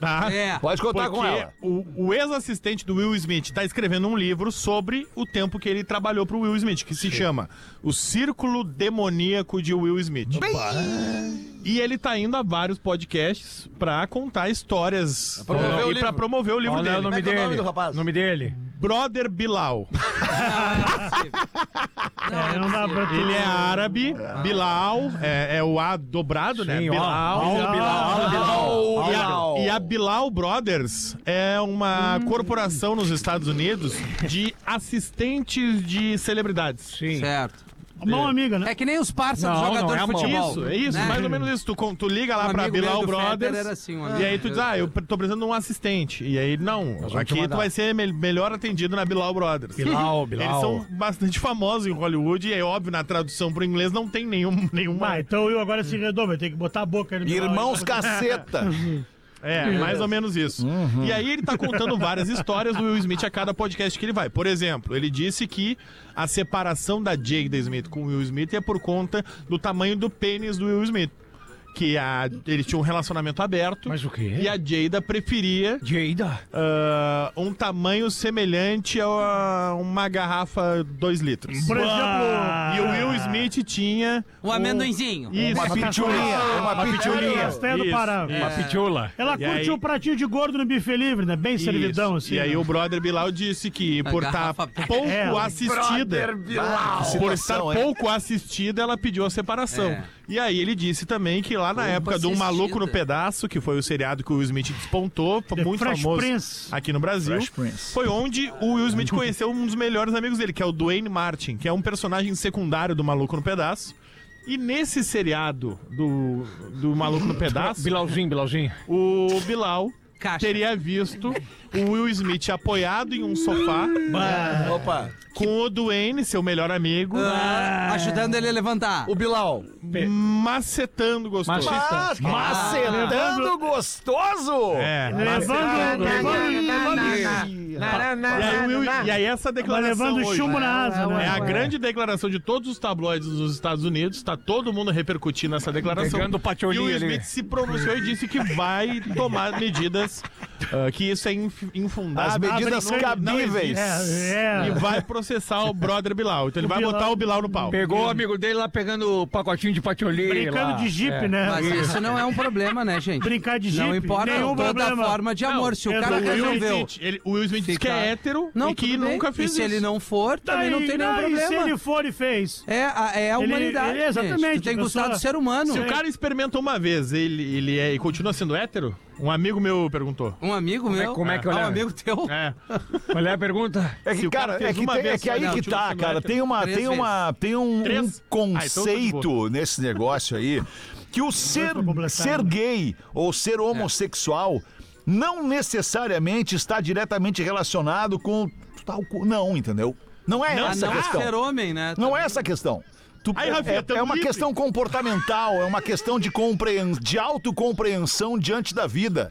J: tá?
F: É.
I: Pode contar com
J: Porque
I: ela.
J: o, o ex-assistente do Will Smith tá escrevendo um livro sobre o tempo que ele trabalhou pro Will Smith, que se chama O Círculo Demoníaco de Will Smith. E ele tá indo a vários podcasts pra contar histórias eh,
C: promover o
J: e pra
C: livro.
J: promover o livro
G: Olha o
J: dele.
G: nome
C: Como é que é o
G: dele.
C: nome do rapaz?
G: nome dele.
J: Brother Bilal.
E: É, não dá pra tu.
J: Ele é árabe, Bilal, é, é o A dobrado, né?
G: Sim, ó.
J: Bilal.
E: Ah,
G: Ó, Bilal, Bilal.
J: E a, e a Bilal Brothers é uma corporação nos Estados Unidos de assistentes de celebridades.
G: Sim.
F: Certo.
E: Mão amiga, né?
F: É que nem os parça do
G: Não,
F: jogador
G: não é
F: de
G: a mão.
F: futebol.
J: Isso, é isso,
F: né?
J: mais ou menos isso. Tu, con- tu liga lá
F: Um
J: pra
F: amigo meu
J: Bilal
F: do
J: Brothers.
F: Federer era assim, um amigo
J: e aí tu diz,
F: meu.
J: ah, eu pre- tô precisando de um assistente. E aí, não, aqui tu vai ser mel- melhor atendido na Bilal Brothers.
G: Bilal,
J: Eles
G: Bilal.
J: são bastante famosos em Hollywood e é óbvio, na tradução pro inglês não tem nenhum, É nenhuma...
E: Vai, então eu agora se redou, vai ter que botar a boca aí no Bilal.
I: Irmãos Caceta.
J: É, mais ou menos isso. E aí ele tá contando várias histórias do Will Smith a cada podcast que ele vai. Por exemplo, ele disse que a separação da Jada Smith com o Will Smith é por conta do tamanho do pênis do Will Smith. Que a, ele tinha um relacionamento aberto.
G: Mas o quê?
J: E a Jada preferia
G: Jada.
J: ah, um tamanho semelhante a uma garrafa 2 litros.
E: Por exemplo,
J: E o Will Smith tinha.
F: Um amendoinzinho.
J: Isso,
I: Uma pitulinha. Uma pitulinha.
E: Castanha do
J: Isso,
E: Pará.
G: Uma pitiola.
E: Ela
J: E
E: curte
J: aí-
E: um pratinho de gordo no bife livre, né? Bem servidão,
J: Isso.
E: assim.
J: E aí
E: né?
J: o brother Bilal disse que por estar
F: garrafa pet.
J: pouco
E: É, o
J: assistida, por estar
I: situação, hein?
J: pouco assistida, ela pediu a separação.
F: É.
J: E aí ele disse também que lá na
F: Pouco
J: época do Maluco
F: assistida.
J: no Pedaço, que foi o seriado que o Will Smith despontou, foi
E: The
J: muito
E: Fresh
J: famoso
E: Prince.
J: aqui no Brasil,
C: Fresh Prince.
J: foi onde o Will Smith conheceu um dos melhores amigos dele, que é o Dwayne Martin, que é um personagem secundário do Maluco no Pedaço. E nesse seriado do, do Maluco no Pedaço,
G: Bilauzinho, Bilauzinho.
J: o Bilal
F: Caixa.
J: teria visto o Will Smith apoiado em um sofá
C: É. Opa,
J: com o Duane, seu melhor amigo,
F: Ah, ajudando ele a levantar.
C: o Bilal.
J: macetando gostoso.
I: Mas, macetando gostoso.
J: É,
E: Levando, levando, levando,
J: E aí, o Will- e aí essa
E: Mas
J: declaração
E: levando
J: hoje,
E: chumbo na asa, né?
J: É a grande declaração de todos os tabloides dos Estados Unidos, tá todo mundo repercutindo essa declaração.
G: Pegando o
J: e
G: patiolinho
J: o Will
G: ali.
J: Smith se pronunciou e disse que vai tomar medidas, ah, que isso é inf- infundado.
I: As medidas
J: não- não existe.
I: cabíveis.
E: É,
J: E
E: é.
J: vai processar o brother Bilal. Então ele vai
E: Bilal-
J: botar o Bilal no pau.
G: Pegou o amigo dele lá pegando o pacotinho de patiolinho. lá.
E: Brincando de jipe,
G: É.
E: né?
F: Mas isso não é um problema, né, gente?
E: Brincar de
F: Não
E: jipe,
F: importa,
E: nenhum
F: toda
E: problema.
F: forma de amor.
E: Não,
F: se o cara
J: O Will
F: resolveu
J: Smith, ele- o Will Smith disse que
F: ficar-
J: é hétero
F: não,
J: e que
F: tudo bem.
J: nunca fez
F: E se
J: isso.
F: ele não for, também não
E: Daí-
F: tem nenhum
E: daí, Se
F: problema.
E: ele for e fez.
F: É, a- é a
E: Ele-
F: humanidade.
E: ele- exatamente,
F: gente. Tu tem que gostar
E: pessoa-
F: do ser humano.
J: Se o cara experimentou uma vez, ele, ele é, e continua sendo hétero? Um amigo meu perguntou.
F: Um amigo meu.
G: como é que
F: Ah,
G: olha?
F: Um amigo teu.
J: É.
G: Qual é a pergunta?
I: É
J: Se
I: que,
J: o cara
I: cara, é
J: fez
I: que,
J: uma
I: tem, é
J: vez
I: que
J: só,
I: aí
J: não,
I: que
J: tipo,
I: tá,
J: você
I: cara.
J: vai-
I: Tem, uma,
F: Três
I: tem, uma, tem um,
J: Três?
I: um
J: Ah, então tá de boa.
I: conceito nesse negócio aí que o ser,
E: pra completar,
I: ser
E: né?
I: gay ou
J: É.
I: ser homossexual não necessariamente está diretamente relacionado com tal co- Não, entendeu? Não é
F: Ah,
I: essa a
F: não
I: questão.
F: ser homem, né?
I: Não é essa a questão. Tu-
J: Aí,
I: é-
J: Rafinha,
I: é,
J: tamo
I: uma
J: livre.
I: questão comportamental, é uma questão de, compreen... de autocompreensão diante da vida.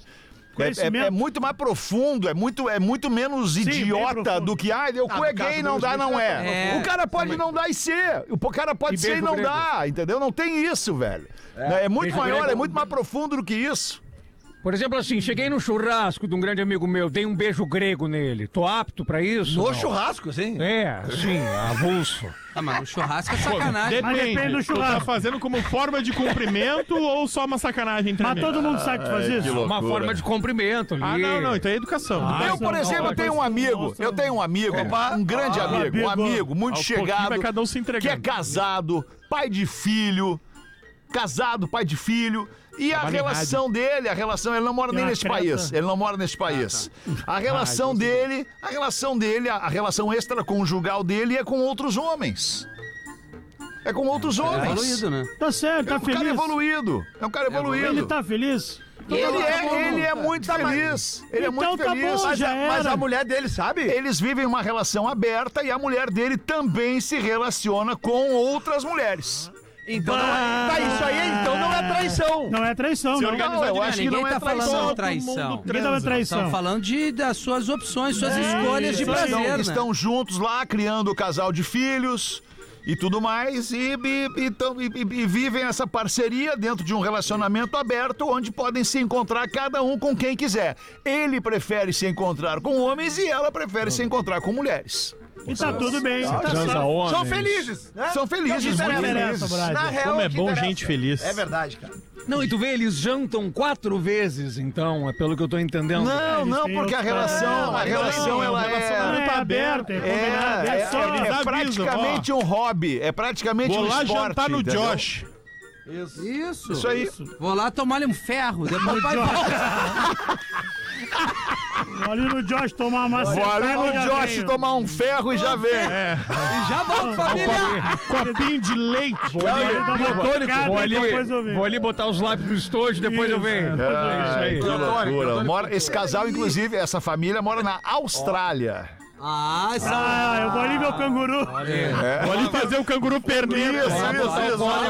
E: conhecimento.
I: É, é- é muito mais profundo, é muito, é muito menos
E: bem
I: idiota
E: profundo.
I: do que, ah, eu
C: no
I: cueguei,
C: caso
I: não
C: do
I: dá,
C: Will
I: não
C: Smith,
I: é.
F: é.
I: O cara pode não dar e ser. O po- cara pode ser e
G: beijo
I: não
G: grego.
I: dá, entendeu? Não tem isso, velho. É, muito
G: Beijo
I: maior,
G: grego.
I: é muito mais profundo do que isso.
G: Por exemplo, assim, cheguei num churrasco de um grande amigo meu, dei um beijo grego nele. Tô apto pra isso?
C: No
G: Não.
C: churrasco, assim.
G: É, sim, avulso.
F: Ah, mas o churrasco é sacanagem.
E: Mas depende do
J: Tu tá
E: churrasco.
J: fazendo como forma de cumprimento ou só uma sacanagem entre
E: Mas
J: amigos?
E: todo mundo sabe que faz isso.
G: Uma forma de cumprimento ali.
J: Ah, não, não, então é educação.
E: Ah,
I: Eu, por
E: não,
I: exemplo,
E: olha,
I: eu tenho um
E: nossa,
I: amigo, eu tenho um amigo, um grande amigo, um
E: amigo.
I: amigo muito
J: Aos
I: chegado,
J: pouquinho vai cada um se
I: que é
J: entregando.
I: casado, pai de filho, casado, pai de filho. E a
J: Trabalha em
I: relação dele, a relação, ele não mora
E: Tem
I: nem
E: uma Ah, tá.
I: nesse
E: creta.
I: país. Ele não mora nesse país.
E: Ah,
I: A relação dele, a relação dele, a, a relação extraconjugal dele é com outros homens. É com outros
F: É
I: homens.
F: evoluído, né?
E: Tá certo,
I: É
E: tá
I: um cara
E: feliz.
I: evoluído. É um cara
E: Ele
I: evoluído.
E: tá feliz.
I: Ele
C: bom,
I: é, ele é muito feliz. Ele é
E: Então
I: muito
E: tá
I: feliz.
E: bom,
I: Mas
E: já
I: a-
E: era.
C: Mas a mulher dele, sabe?
I: eles vivem uma relação aberta e a mulher dele também se relaciona com outras mulheres.
C: Então, não é- tá, isso aí então não é traição.
E: Não é traição,
J: Se
E: não.
J: organiza-
I: Não, eu acho que
F: ninguém
I: não é
F: tá falando
I: traição.
F: de traição.
E: Ninguém tava
F: Estamos
E: traição.
F: falando de, das suas opções, suas
I: é
F: escolhas de
E: isso aí.
F: prazer,
I: Estão,
F: né?
I: estão juntos lá, criando o casal de filhos e tudo mais, e, e- e tão- e- e- e vivem essa parceria dentro de um relacionamento aberto, onde podem se encontrar cada um com quem quiser. Ele prefere se encontrar com homens e ela prefere se encontrar com mulheres.
E: E tá tudo bem.
G: Transa homens.
C: São felizes, né?
I: São
C: É o
I: felizes,
C: que
I: muito
C: interessa,
I: felizes.
E: Brasil.
C: Na real,
J: Como é
C: o que
J: bom
C: interessa.
J: gente feliz.
C: É verdade, cara.
G: Não, e tu vê, eles jantam quatro vezes, então, é pelo que eu tô entendendo.
I: Não,
E: Eles
I: não,
E: têm
I: porque a
E: outros-
I: relação, a
C: mas não,
I: relação,
C: não,
I: ela
C: o
I: é...
C: relacionamento
E: É,
J: tá
E: tá
J: aberto,
E: aberto, é combinado.
I: É,
E: É, só.
I: é
J: avisam,
I: praticamente um hobby, é praticamente
J: Vou
I: um
J: lá
I: esporte.
J: jantar no
I: entendeu?
J: Josh.
F: Isso.
I: Isso aí.
F: Vou lá tomar-lhe um ferro. Depois vai
E: Olha no Josh tomar uma
I: Vou
E: macetada.
I: ali no
E: já
I: Josh
E: veio.
I: tomar um ferro e já vem.
F: e já volto, família.
J: Copinho de leite.
E: Ele dá uma bocada
G: Vou
E: e
G: ali,
E: depois eu venho.
G: vou ali botar os lápis no estojo, depois eu
E: Isso,
G: venho.
E: depois eu venho.
G: É isso aí.
I: Mora- esse casal, inclusive, essa família mora na Austrália.
F: Ah, essa...
E: Ah, eu vou ali ver o canguru.
J: Vou ali fazer o canguru perneta.
I: Vai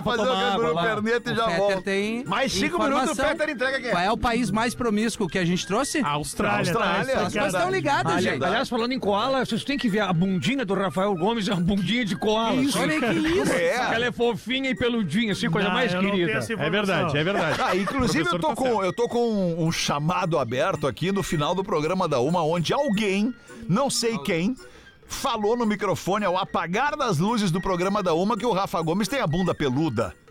I: fazer o canguru
G: lá.
I: perneta e
F: o
I: já
F: Peter
I: volta.
F: tem
C: Mais cinco
F: informação.
C: minutos, o Peter entrega aqui.
F: Qual é o país mais promíscuo que a gente trouxe?
J: Ah,
E: Austrália.
I: Austrália.
E: tá,
F: As coisas
E: cara.
F: estão ligadas, gente.
G: Aliás, falando em koala, vocês têm que ver a bundinha do Rafael Gomes, é uma bundinha de koala. Isso,
F: Olha que isso.
G: Ela é fofinha e peludinha, assim, coisa
E: Não,
G: mais
E: Ah, eu não tenho
G: querida.
E: essa
J: É
E: informação.
J: verdade, é verdade.
I: Ah, inclusive, eu
J: Professor
I: tô,
J: tá certo.
I: com, eu tô com um, um chamado aberto aqui no final do programa da Uma, onde alguém, não sei quem, falou no microfone ao apagar das luzes do programa da Uma que o Rafa Gomes tem a bunda peluda.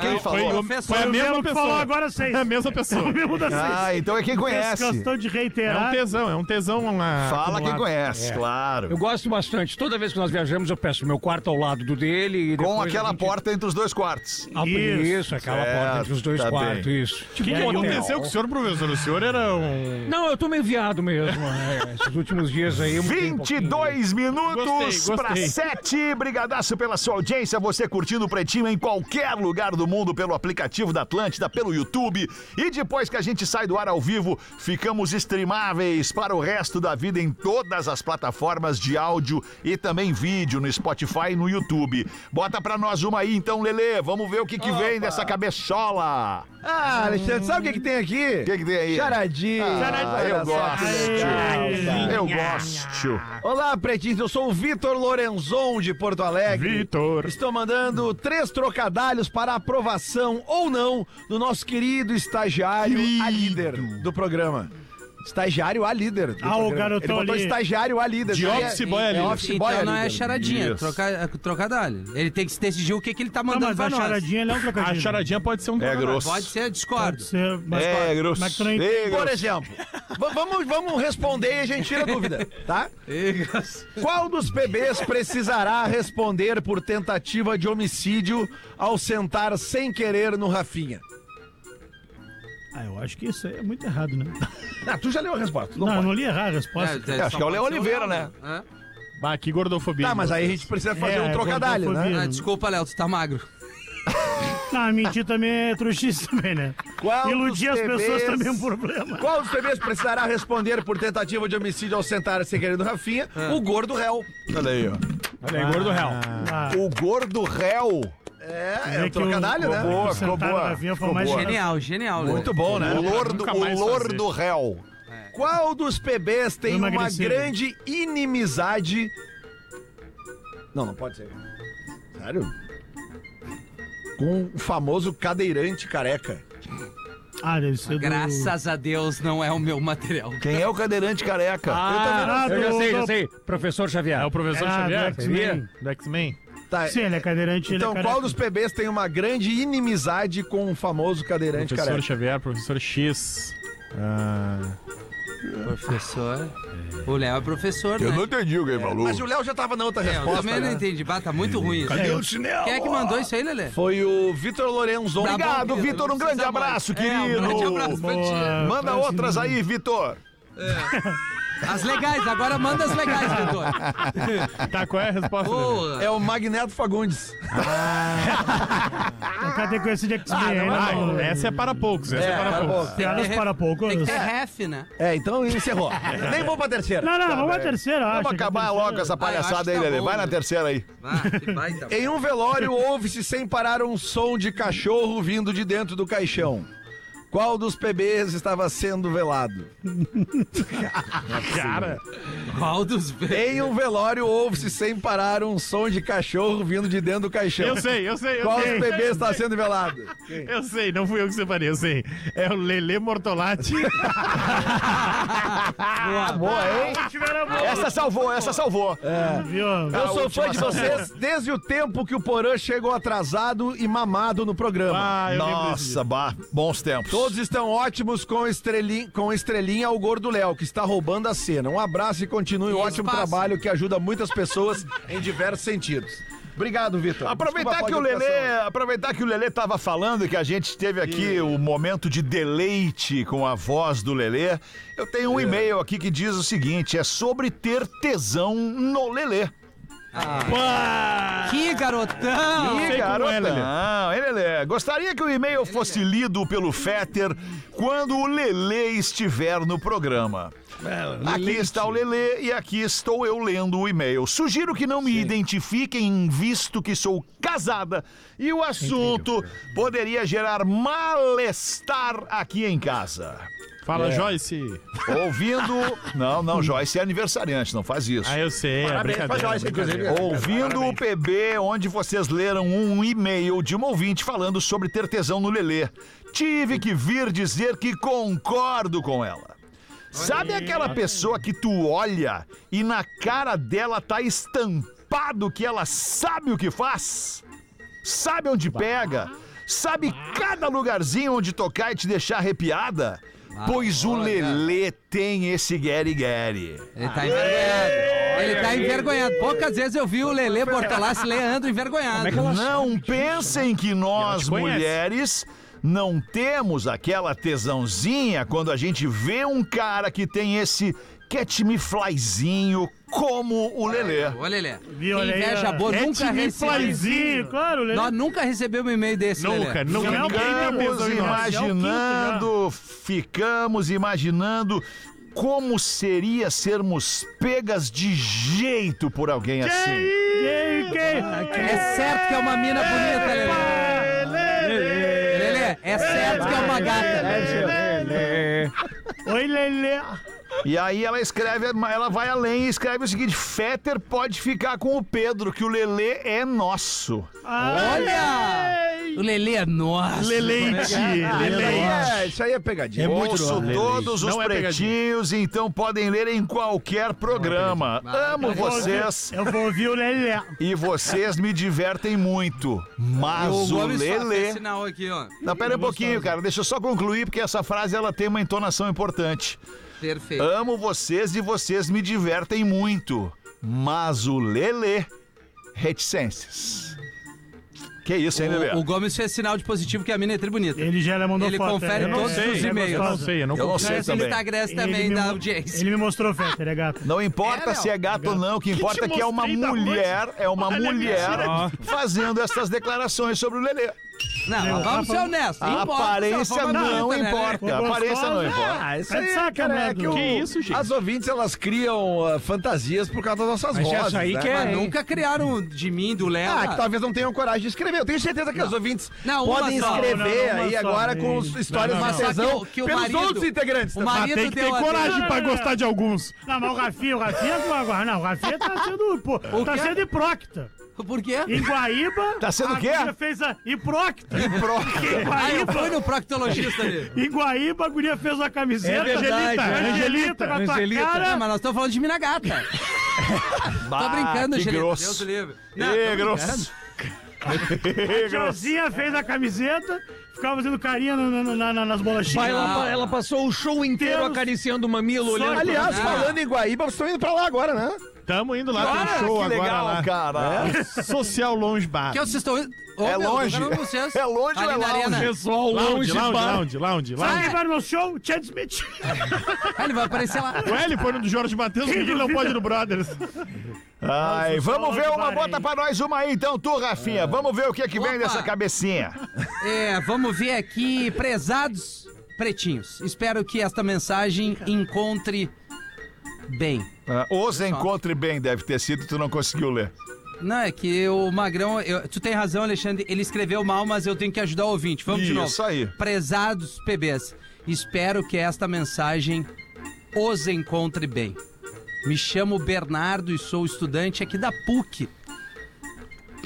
I: Quem
F: Ah,
I: falou?
F: o
J: Foi a
E: O
F: professor.
J: mesma
E: mesmo que falou
J: pessoa.
E: agora seis.
J: É a mesma pessoa.
E: mesmo da seis.
I: Ah, então é quem conhece.
E: questão de
J: É um
E: reiterar.
J: tesão, é um tesão. ah,
I: Fala quem
J: acumulado.
I: conhece, claro.
G: Eu gosto bastante. Toda vez que nós viajamos, eu peço meu quarto ao lado do dele. E
I: Com
G: depois a
I: aquela
G: gente
I: porta entre os dois quartos.
G: Abre isso, aquela porta entre os dois
I: tá
G: quartos,
I: bem.
G: isso.
J: O que, que
E: E aí,
J: Tipo, aconteceu com o senhor, professor? O senhor era um.
G: Não, eu tô meio viado mesmo. é, esses últimos dias aí. eu mudei um pouquinho.
I: 22 minutos
J: Gostei,
I: para
J: gostei.
I: 7. Brigadaço pela sua audiência. Você curtindo o Pretinho em qualquer lugar do mundo, pelo aplicativo da Atlântida, pelo YouTube. E depois que a gente sai do ar ao vivo, ficamos streamáveis para o resto da vida em todas as plataformas de áudio e também vídeo no Spotify e no YouTube. Bota para nós uma aí então, Lelê. Vamos ver o que, que vem dessa cabeçola.
C: Ah, Alexandre, sabe o que, que tem aqui?
I: O que, que tem aí?
C: Charadinha.
I: Ah, eu
C: Olha só que
I: gosto.
C: legal, cara.
I: Eu gosto.
C: Olá, pretinhos. Eu sou o Vitor Lorenzon de Porto Alegre.
J: Vitor.
C: Estou mandando três trocadalhos para aprovação ou não do nosso querido estagiário a líder do programa. Estagiário a líder. do
E: Ah, o
C: programa.
E: garotão
C: Ele botou
E: ali.
C: estagiário a líder.
J: De
C: Então,
J: office
C: é-
J: boy a
C: é
J: líder.
C: office boy a
F: Então não é
C: líder.
F: charadinha, é troca, é trocadalho. Ele tem que se decidir o que, que ele tá
E: Não,
F: mandando
E: mas
F: pra
E: a
F: nós.
E: charadinha ele é um trocadilho.
J: A charadinha pode ser um.
I: É
J: trocadilho.
I: grosso.
F: Pode ser, eu discordo.
E: Você- mas-
I: É, grosso.
E: Mas tu não entende.
I: É,
C: Por
I: grosso.
C: exemplo, va- vamos, vamos responder e a gente tira a dúvida, tá?
F: É,
C: Qual dos bebês precisará responder por tentativa de homicídio ao sentar sem querer no Rafinha?
E: Ah, eu acho que isso aí é muito errado, né?
C: Ah, tu já leu a resposta.
E: Não,
C: Não,
E: eu
C: pode.
E: não li errar a resposta.
I: acho que é o Léo Oliveira, né?
F: É.
J: Bah, que gordofobia.
C: Tá, mas aí a gente precisa fazer
E: É,
C: um
E: é
C: trocadalho, né?
E: gordofobia.
I: Uhum.
F: Ah, desculpa, Léo, tu tá magro.
E: Não, mentir também é trouxice também, né?
I: É um
C: Qual
E: Iludir as
C: dos
E: pessoas
C: bebês-
E: também é um problema.
C: Qual dos bebês precisará responder por tentativa de homicídio ao sentar sem querer no Rafinha? O gordo réu.
I: Olha aí, ó.
J: Olha aí, gordo real.
E: Ah,
I: O gordo réu.
C: É, é
E: Vê
C: um
E: que o-
C: trocadalho, né?
I: Boa, ficou
E: O sentar
I: boa,
E: na Davi foi
I: ficou
E: o mais
I: boa.
E: engraçado.
F: Genial, genial.
C: Muito bom, né?
I: O lordo,
J: Nunca
I: o
J: mais
I: lordo
J: fazer.
I: do réu.
C: Qual dos PBs tem
E: Eu
C: uma
E: emagreci, né?
C: grande inimizade? Não, não pode ser. Sério? Com o famoso cadeirante careca.
E: Ah, deve ser do...
F: Graças a Deus não é o meu material.
I: Quem é o cadeirante careca?
G: Ah, eu já
E: do-
G: sei, já
E: do-
G: sei. Professor Xavier.
J: É o professor
E: Ah, do
J: Xavier?
E: X-Men.
J: Do X-Men.
C: Tá.
E: Sim, ele é cadeirante,
C: então,
E: ele é
C: qual
E: careca.
C: dos PBs tem uma grande inimizade com o famoso cadeirante
J: Professor
C: careca?
J: Xavier, professor X. Ah,
F: Professor. O Léo é professor,
I: Eu
F: né?
I: não entendi o que ele
E: É,
I: falou.
C: Mas o Léo já tava na outra
F: É, eu
C: resposta.
F: também não
C: né?
F: entendi. Bah, tá muito ruim isso.
E: Cadê
F: É.
E: o
F: Quem é que mandou isso aí, Lelê?
C: Foi o Vitor Lorenzon.
F: Tá bom,
I: Obrigado, Vitor. Um
F: não
I: grande
F: precisa mais.
I: abraço,
F: É,
I: querido.
F: Um grande abraço pra ti.
E: Boa.
I: Manda outras aí, Vitor.
F: As legais, agora manda as legais, Vitor.
J: tá, qual é a resposta? Lelê?
F: Boa.
C: É o Magneto Fagundes.
E: O cara tem que conhecer de X-Men. um- aí, não,
J: Ah, essa é para poucos, essa é, para, poucos.
E: Piadas para poucos.
F: é, Tem que ter ref, né?
C: É, então encerrou. Nem vou pra terceira.
E: Não, não, vamos à terceira, acho.
I: Vamos
E: que a
I: acabar
E: terceira-
I: logo essa palhaçada
F: Ah, eu acho que
I: aí,
F: tá
I: Lelê.
F: bom,
I: Vai na
F: né?
I: terceira aí.
F: Ah, que baita.
C: Em um velório, ouve-se sem parar um som de cachorro vindo de dentro do caixão. Qual dos PBs estava sendo velado?
J: Cara,
F: Qual dos velhos?
C: Em um velório, ouve-se sem parar um som de cachorro vindo de dentro do caixão.
J: eu sei, eu sei, eu
C: Qual dos
J: sei.
C: PBs está sendo velado?
J: Eu sei, não fui eu que separei, eu sei. É o Lelê Mortolati.
C: Tá
I: Boa, hein?
J: tá
E: Tiveram boa,
I: Essa salvou, essa salvou.
E: viu?
C: Eu sou
I: última
C: fã de vocês desde o tempo que o Porã chegou atrasado e mamado no programa.
J: Ah, eu lembro desse dia.
I: Nossa, bah, bons tempos.
C: Todos estão ótimos com estrelinha, com estrelinha ao Gordo Léo, que está roubando a cena. Um abraço e continue o
F: Isso,
C: ótimo
F: passa.
C: trabalho que ajuda muitas pessoas em diversos sentidos. Obrigado, Vitor.
I: Aproveitar
C: Então, Desculpa a
I: que o
C: falta de
I: Lelê,
C: educação.
I: aproveitar que o Lelê tava falando e que a gente teve aqui o momento de deleite com a voz do Lelê. Eu tenho um e-mail aqui que diz o seguinte: é sobre ter tesão no Lelê.
F: Que garotão!
I: Ih,
J: sei como
I: garota.
J: é, Lelê.
I: Não, hein, Lelê? Gostaria que o e-mail fosse lido pelo Fetter quando o Lelê estiver no programa. Aqui está o Lelê e aqui estou eu lendo o e-mail. Sugiro que não me identifiquem, visto que sou casada e o assunto poderia gerar malestar aqui em casa.
J: Fala, Joyce.
I: Ouvindo. Não, não, Joyce é aniversariante, não faz isso.
J: Ah, eu sei, é
C: Parabéns pra
J: brincadeira.
C: Joyce,
J: brincadeira.
C: inclusive.
I: Ouvindo o PB, onde vocês leram um e-mail de uma ouvinte falando sobre ter tesão no Lelê. Tive que vir dizer que concordo com ela. Sabe aquela pessoa que tu olha e na cara dela tá estampado que ela sabe o que faz? Sabe onde pega? Sabe cada lugarzinho onde tocar e te deixar arrepiada? Pois o Lelê tem esse gueri-gueri.
F: Ele tá envergonhado. Ele tá envergonhado. Poucas vezes eu vi o Lelê Bortolassi Leandro envergonhado.
I: Não pensem que nós,
J: te conhece.
I: mulheres, não temos aquela tesãozinha quando a gente vê um cara que tem esse catch me flyzinho como o Lelê.
F: Ô, Lelê.
E: Viu, olha aí,
F: Inveja
E: ó.
F: boa,
J: É
F: nunca
J: time
E: Flyzinho,
F: recebeu.
E: claro, Lelê.
F: Nós nunca recebemos um e-mail desse,
J: Nunca,
F: Lelê.
J: nunca.
E: Não é o
J: ninguém tem
E: primeiro,
J: tesão
I: Ficamos
J: em
E: já é
J: nós.
E: o quinto
I: imaginando, ficamos imaginando como seria sermos pegas de jeito por alguém assim.
E: E aí, quem?
F: É certo que é uma mina bonita, Lelê. Lelê, é certo que é uma gata.
E: Oi, Lelê.
I: E aí ela escreve, ela vai além e escreve o seguinte: Fetter pode ficar com o Pedro, que o Lelê é nosso.
F: Olha! O Lelê Ah, é nosso.
J: Leleite, leleite.
C: É, isso aí é pegadinha.
I: Ouço todos os
J: Não é
I: pretinhos, então podem ler em qualquer programa. Amo vocês
E: Eu vou ouvir o Lelê.
I: e vocês me divertem muito.
F: E
I: Mas
F: o
I: o
F: Gomes só fez
I: Lelê.
F: sinal aqui, ó.
I: Não, pera um pouquinho, cara. Deixa eu só concluir, porque essa frase ela tem uma entonação importante.
F: Perfeito.
I: Amo vocês e vocês me divertem muito. Mas o Lelê. Reticências. Que isso, hein, Lelê?
F: O, o Gomes fez sinal de positivo que a mina é tri bonita.
E: Ele já lhe mandou
F: Ele
E: foto.
F: confere
E: Eu não
F: todos
E: sei,
F: os
E: é
F: e-mails.
J: Eu não
E: gostosa.
J: sei, eu não
I: Eu não
J: confio.
I: sei
F: Esse
I: também.
F: Instagram
E: Ele
F: tá também
E: me
F: da
E: mo-
F: audiência.
E: Ele me mostrou, Fetter, é gato.
I: Não importa
F: É,
I: se é gato ou não, o que importa é que é uma
J: mostrei da
I: mulher, é uma
J: Olha a
I: mulher
J: mentira.
I: fazendo essas declarações sobre o Lelê.
F: Não, mas vamos ser
I: Né?
F: honestos.
I: Tá A
F: importa, só
I: aparência
F: forma
I: não
F: bonita, né, né?
I: importa. A aparência não importa.
C: Ah, isso
E: Tá de
C: aí,
E: sacanagem,
C: cara, é que,
E: Edu.
C: o-
E: Que
J: isso, gente?
C: As ouvintes, elas criam ah, fantasias por causa das nossas
G: Mas
C: vozes,
G: essa aí
C: né?
G: que é.
F: Mas
G: hein?
F: nunca criaram um de mim, do Léo. né?
C: Ah, que
I: tá-
C: talvez não tenham coragem de escrever. Eu tenho certeza que as ouvintes
F: Não, uma
C: podem
F: só.
C: escrever
E: Não, não, uma
C: aí
E: só.
C: agora com
E: Não,
C: os
E: não,
C: histórias
E: não,
C: de
E: não.
F: Só que
C: tesão
F: o- que o
C: pelos
F: marido-
C: outros integrantes.
F: o
C: tá?
F: marido
J: Tem que ter
F: deu a
J: coragem
E: dele.
J: pra gostar de alguns.
E: Não, mas o Rafinha, o Rafinha é agora. Não, o Rafinha tá sendo. Pô, tá
F: quê?
E: sendo hipróquita.
F: Por quê?
E: Em Guaíba.
I: Tá sendo o
E: a
I: quê?
E: guria fez a hipróquita. Em
F: Aí
E: Guaíba.
F: foi Ah, no proctologista ali.
E: Em Guaíba, a guria fez a camiseta.
F: É verdade,
E: Angelita, Angelita, com a tua
G: Angelita.
F: Não,
E: cara.
F: mas nós estamos falando de mina gata. Tô
I: Bah,
F: brincando,
I: Ah, que
F: gente. Deus
I: grosso.
F: livre. Não, tô
I: Que
F: brincando.
I: grosso.
E: A tiazinha fez a camiseta, ficava fazendo carinha na- na- na- na- nas bolachinhas.
G: Mas ela, ela passou o show inteiro
E: Deus.
G: acariciando o mamilo,
E: Só-
G: olhando.
C: Aliás,
F: Ah.
C: falando em Guaíba, vocês estão indo pra lá agora, né?
J: Tamo indo lá,
I: Olha
J: tem show
I: que
J: agora
I: legal,
J: lá.
I: cara.
F: É.
J: Social Lounge Bar.
F: Que vocês estão... Ô,
I: É
F: meu, tô
I: longe.
F: falando com vocês.
I: É longe ou
F: Ali
I: é
F: na
I: longe?
F: arena.
G: Pessoal,
J: Lounge,
G: longe,
J: lounge,
G: bar.
J: lounge, lounge,
E: Sabe
J: lounge.
E: quem vai no meu show? Chad Smith.
F: Ah, ele vai aparecer lá.
J: O L foi no do Jorge Matheus, por que ele não pode ir no Brothers?
I: Ai, vamos ver
E: Lounge
I: uma,
E: Bar,
I: bota
E: hein?
I: pra nós uma aí então, tu, Rafinha. Vamos ver o que é que vem
F: Opa.
I: dessa cabecinha.
F: É, vamos ver aqui, prezados pretinhos. Espero que esta mensagem encontre bem.
I: Ah, Os encontre bem, deve ter sido, tu não conseguiu ler.
F: Não, é que o Magrão, eu- tu tem razão, Alexandre, ele escreveu mal, mas eu tenho que ajudar o ouvinte. Vamos de
I: Isso
F: novo.
I: aí.
F: Prezados PBs, espero que esta mensagem os encontre bem. Me chamo Bernardo e sou estudante aqui da PUC.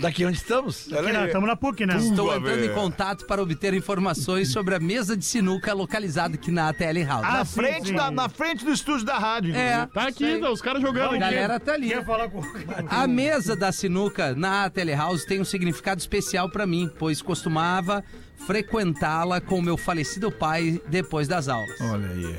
C: Daqui onde estamos?
F: Ah,
E: Estamos na PUC, né?
F: Estou
I: Uva,
F: entrando em
I: velho.
F: contato para obter informações sobre a mesa de sinuca localizada aqui na ATL House.
E: Ah,
I: na,
E: sim,
I: frente
E: sim.
I: Da, na frente do estúdio da rádio.
F: É,
J: Tá aqui,
F: sei.
J: tá, os caras jogando.
F: a
J: aqui.
F: galera tá ali.
E: Quer falar com
F: A mesa da sinuca na Telehouse tem um significado especial pra mim, pois costumava frequentá-la com meu falecido pai depois das aulas.
I: Olha aí.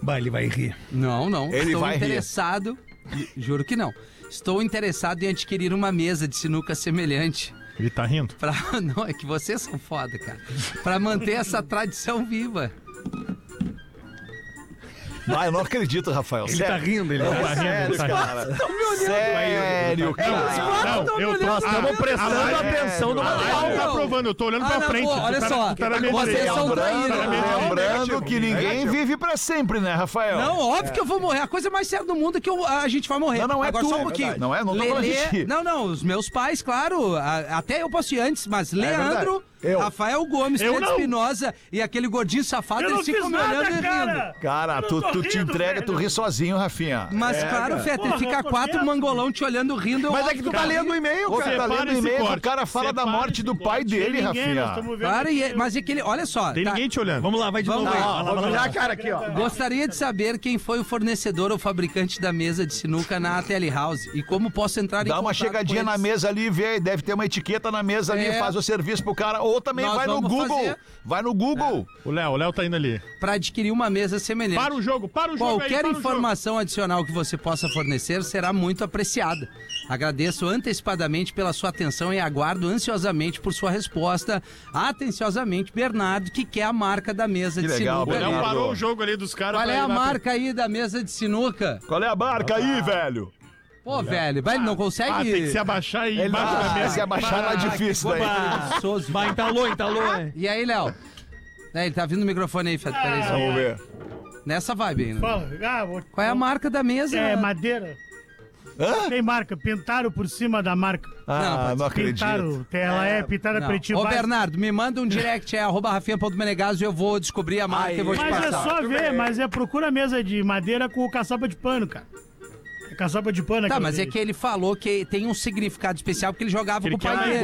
G: Bah, ele vai rir.
F: Não, não.
I: Ele
F: Estou
I: vai rir.
F: interessado. Ju- Juro que não. Estou interessado em adquirir uma mesa de sinuca semelhante.
J: Ele tá rindo.
F: Pra... Não, é que vocês são foda, cara. Pra manter essa tradição viva.
I: Ah, eu não acredito, Rafael.
G: Ele tá
I: sério. É
G: rindo, ele tá
J: Tá rindo,
I: Sério,
J: tá rindo.
I: cara. Sério, cara.
J: Não,
F: tão me
J: eu tô-
F: olhando pra
C: Estamos
F: mim.
C: prestando
I: Ah,
C: atenção no
I: É um é,
F: Ah,
C: material.
J: Não tá
F: não.
J: provando, eu tô olhando
F: Ah,
J: pra
F: não,
J: frente.
F: pô, olha
J: Tu tá-
F: só,
J: tu tá na minha
F: vocês
J: direita.
F: são
I: Lembrando,
F: traíra,
J: né?
I: lembrando que ninguém
J: Negativo.
I: vive pra sempre, né, Rafael?
F: Não, óbvio que eu vou morrer. A coisa mais séria do mundo é que eu- a gente vai morrer.
I: Não, não é
F: Agora,
I: tu,
F: só
I: é
F: um pouquinho.
I: verdade. Não é, não tô falando de ti.
F: Não, não, os meus pais, claro. a- até eu posso ir antes, mas Leandro,
I: É verdade. Eu.
F: Rafael Gomes,
J: Eu
F: Pedro
J: não.
F: Espinosa e aquele gordinho safado,
E: Eu não
F: eles ficam
E: fiz
F: me olhando e
E: nada,
F: rindo.
E: cara.
I: Cara,
E: Eu não
I: tu,
E: tô
I: tu te
E: rindo,
I: entrega,
E: velho.
I: tu ri sozinho, Rafinha.
F: Mas claro, Feta,
E: Porra,
F: fica
E: eu tô
F: quatro
E: quieto.
F: mangolão te olhando, rindo.
C: Mas é que tu tá lendo o e-mail,
I: Ô,
C: cara.
I: cara, tá
J: separa
I: lendo
J: esse
I: e-mail, o
J: corte,
I: cara fala da
J: separa
I: morte
J: esse
I: do
J: corte.
I: pai dele,
E: ninguém, nós
I: Rafinha.
E: estamos vendo
F: Claro, e-
E: aqui.
F: mas é que ele. Olha só.
J: Tem
F: tá-
J: ninguém te olhando.
G: Vamos lá, vai de
F: Vamos
G: novo.
F: lá.
G: Vai, vai,
C: Vamos
G: vai, vai.
C: virar a cara aqui, ó.
F: Gostaria de saber quem foi o fornecedor ou fabricante da mesa de sinuca na ATL House e como posso entrar em
I: Dá uma
F: contato com
I: chegadinha na
F: eles.
I: mesa ali, vê, deve ter uma etiqueta na mesa ali,
F: É.
I: faz o serviço pro cara. Ou também
F: Nós
I: vai no
F: vamos
I: Google.
F: fazer.
I: Vai no Google.
J: O Léo, o Léo tá indo ali.
F: Pra adquirir uma mesa semelhante.
J: Para o jogo, para o jogo aí,
F: Qualquer
J: para o jogo.
F: informação adicional que você possa fornecer será muito apreciada. Agradeço antecipadamente pela sua atenção e aguardo ansiosamente por sua resposta. Atenciosamente, Bernardo, que quer a marca da mesa
I: Que
F: de
I: legal,
J: O
F: sinuca.
J: Léo
I: Bernardo.
J: parou o jogo ali dos caras. tá
F: Qual
J: pra
F: é
J: ir
F: a
J: lá
F: marca aí da mesa de sinuca?
I: Qual é a marca aí, velho?
F: Pô, velho, vai, não consegue.
J: pra- Ah, tem que se abaixar aí
F: tá-
J: embaixo da
I: Ah,
J: mesa.
I: se abaixar lá é difícil daí.
F: Preguiçoso.
G: Vai, entalou, entalou. é.
F: E aí, Léo? É, ele tá vindo o microfone aí, Fred. peraí, só. um
I: Vamos ver.
F: Nessa vibe aí, né?
E: Fala. Ah, vou-
F: Qual é a marca da mesa?
E: É madeira. Tem marca. Pintaram por cima da marca.
I: Ah,
F: Não,
I: não acredito.
E: Pintaram. Ela é, pintada
F: Não.
E: pretinho.
F: Ô,
E: básico.
F: Bernardo, me manda um direct, é arroba rafinha.menegaso e eu vou descobrir a marca e vou te
E: Mas é
F: passar.
E: só ver, mas é procura a mesa de madeira com caçapa de pano, cara. É caçapa de pano
F: Tá,
E: aquilo
F: mas é
E: ali.
F: que ele falou que tem um significado especial porque ele jogava
J: Ele
F: com o
E: é
F: pai
J: quer uma
F: dele.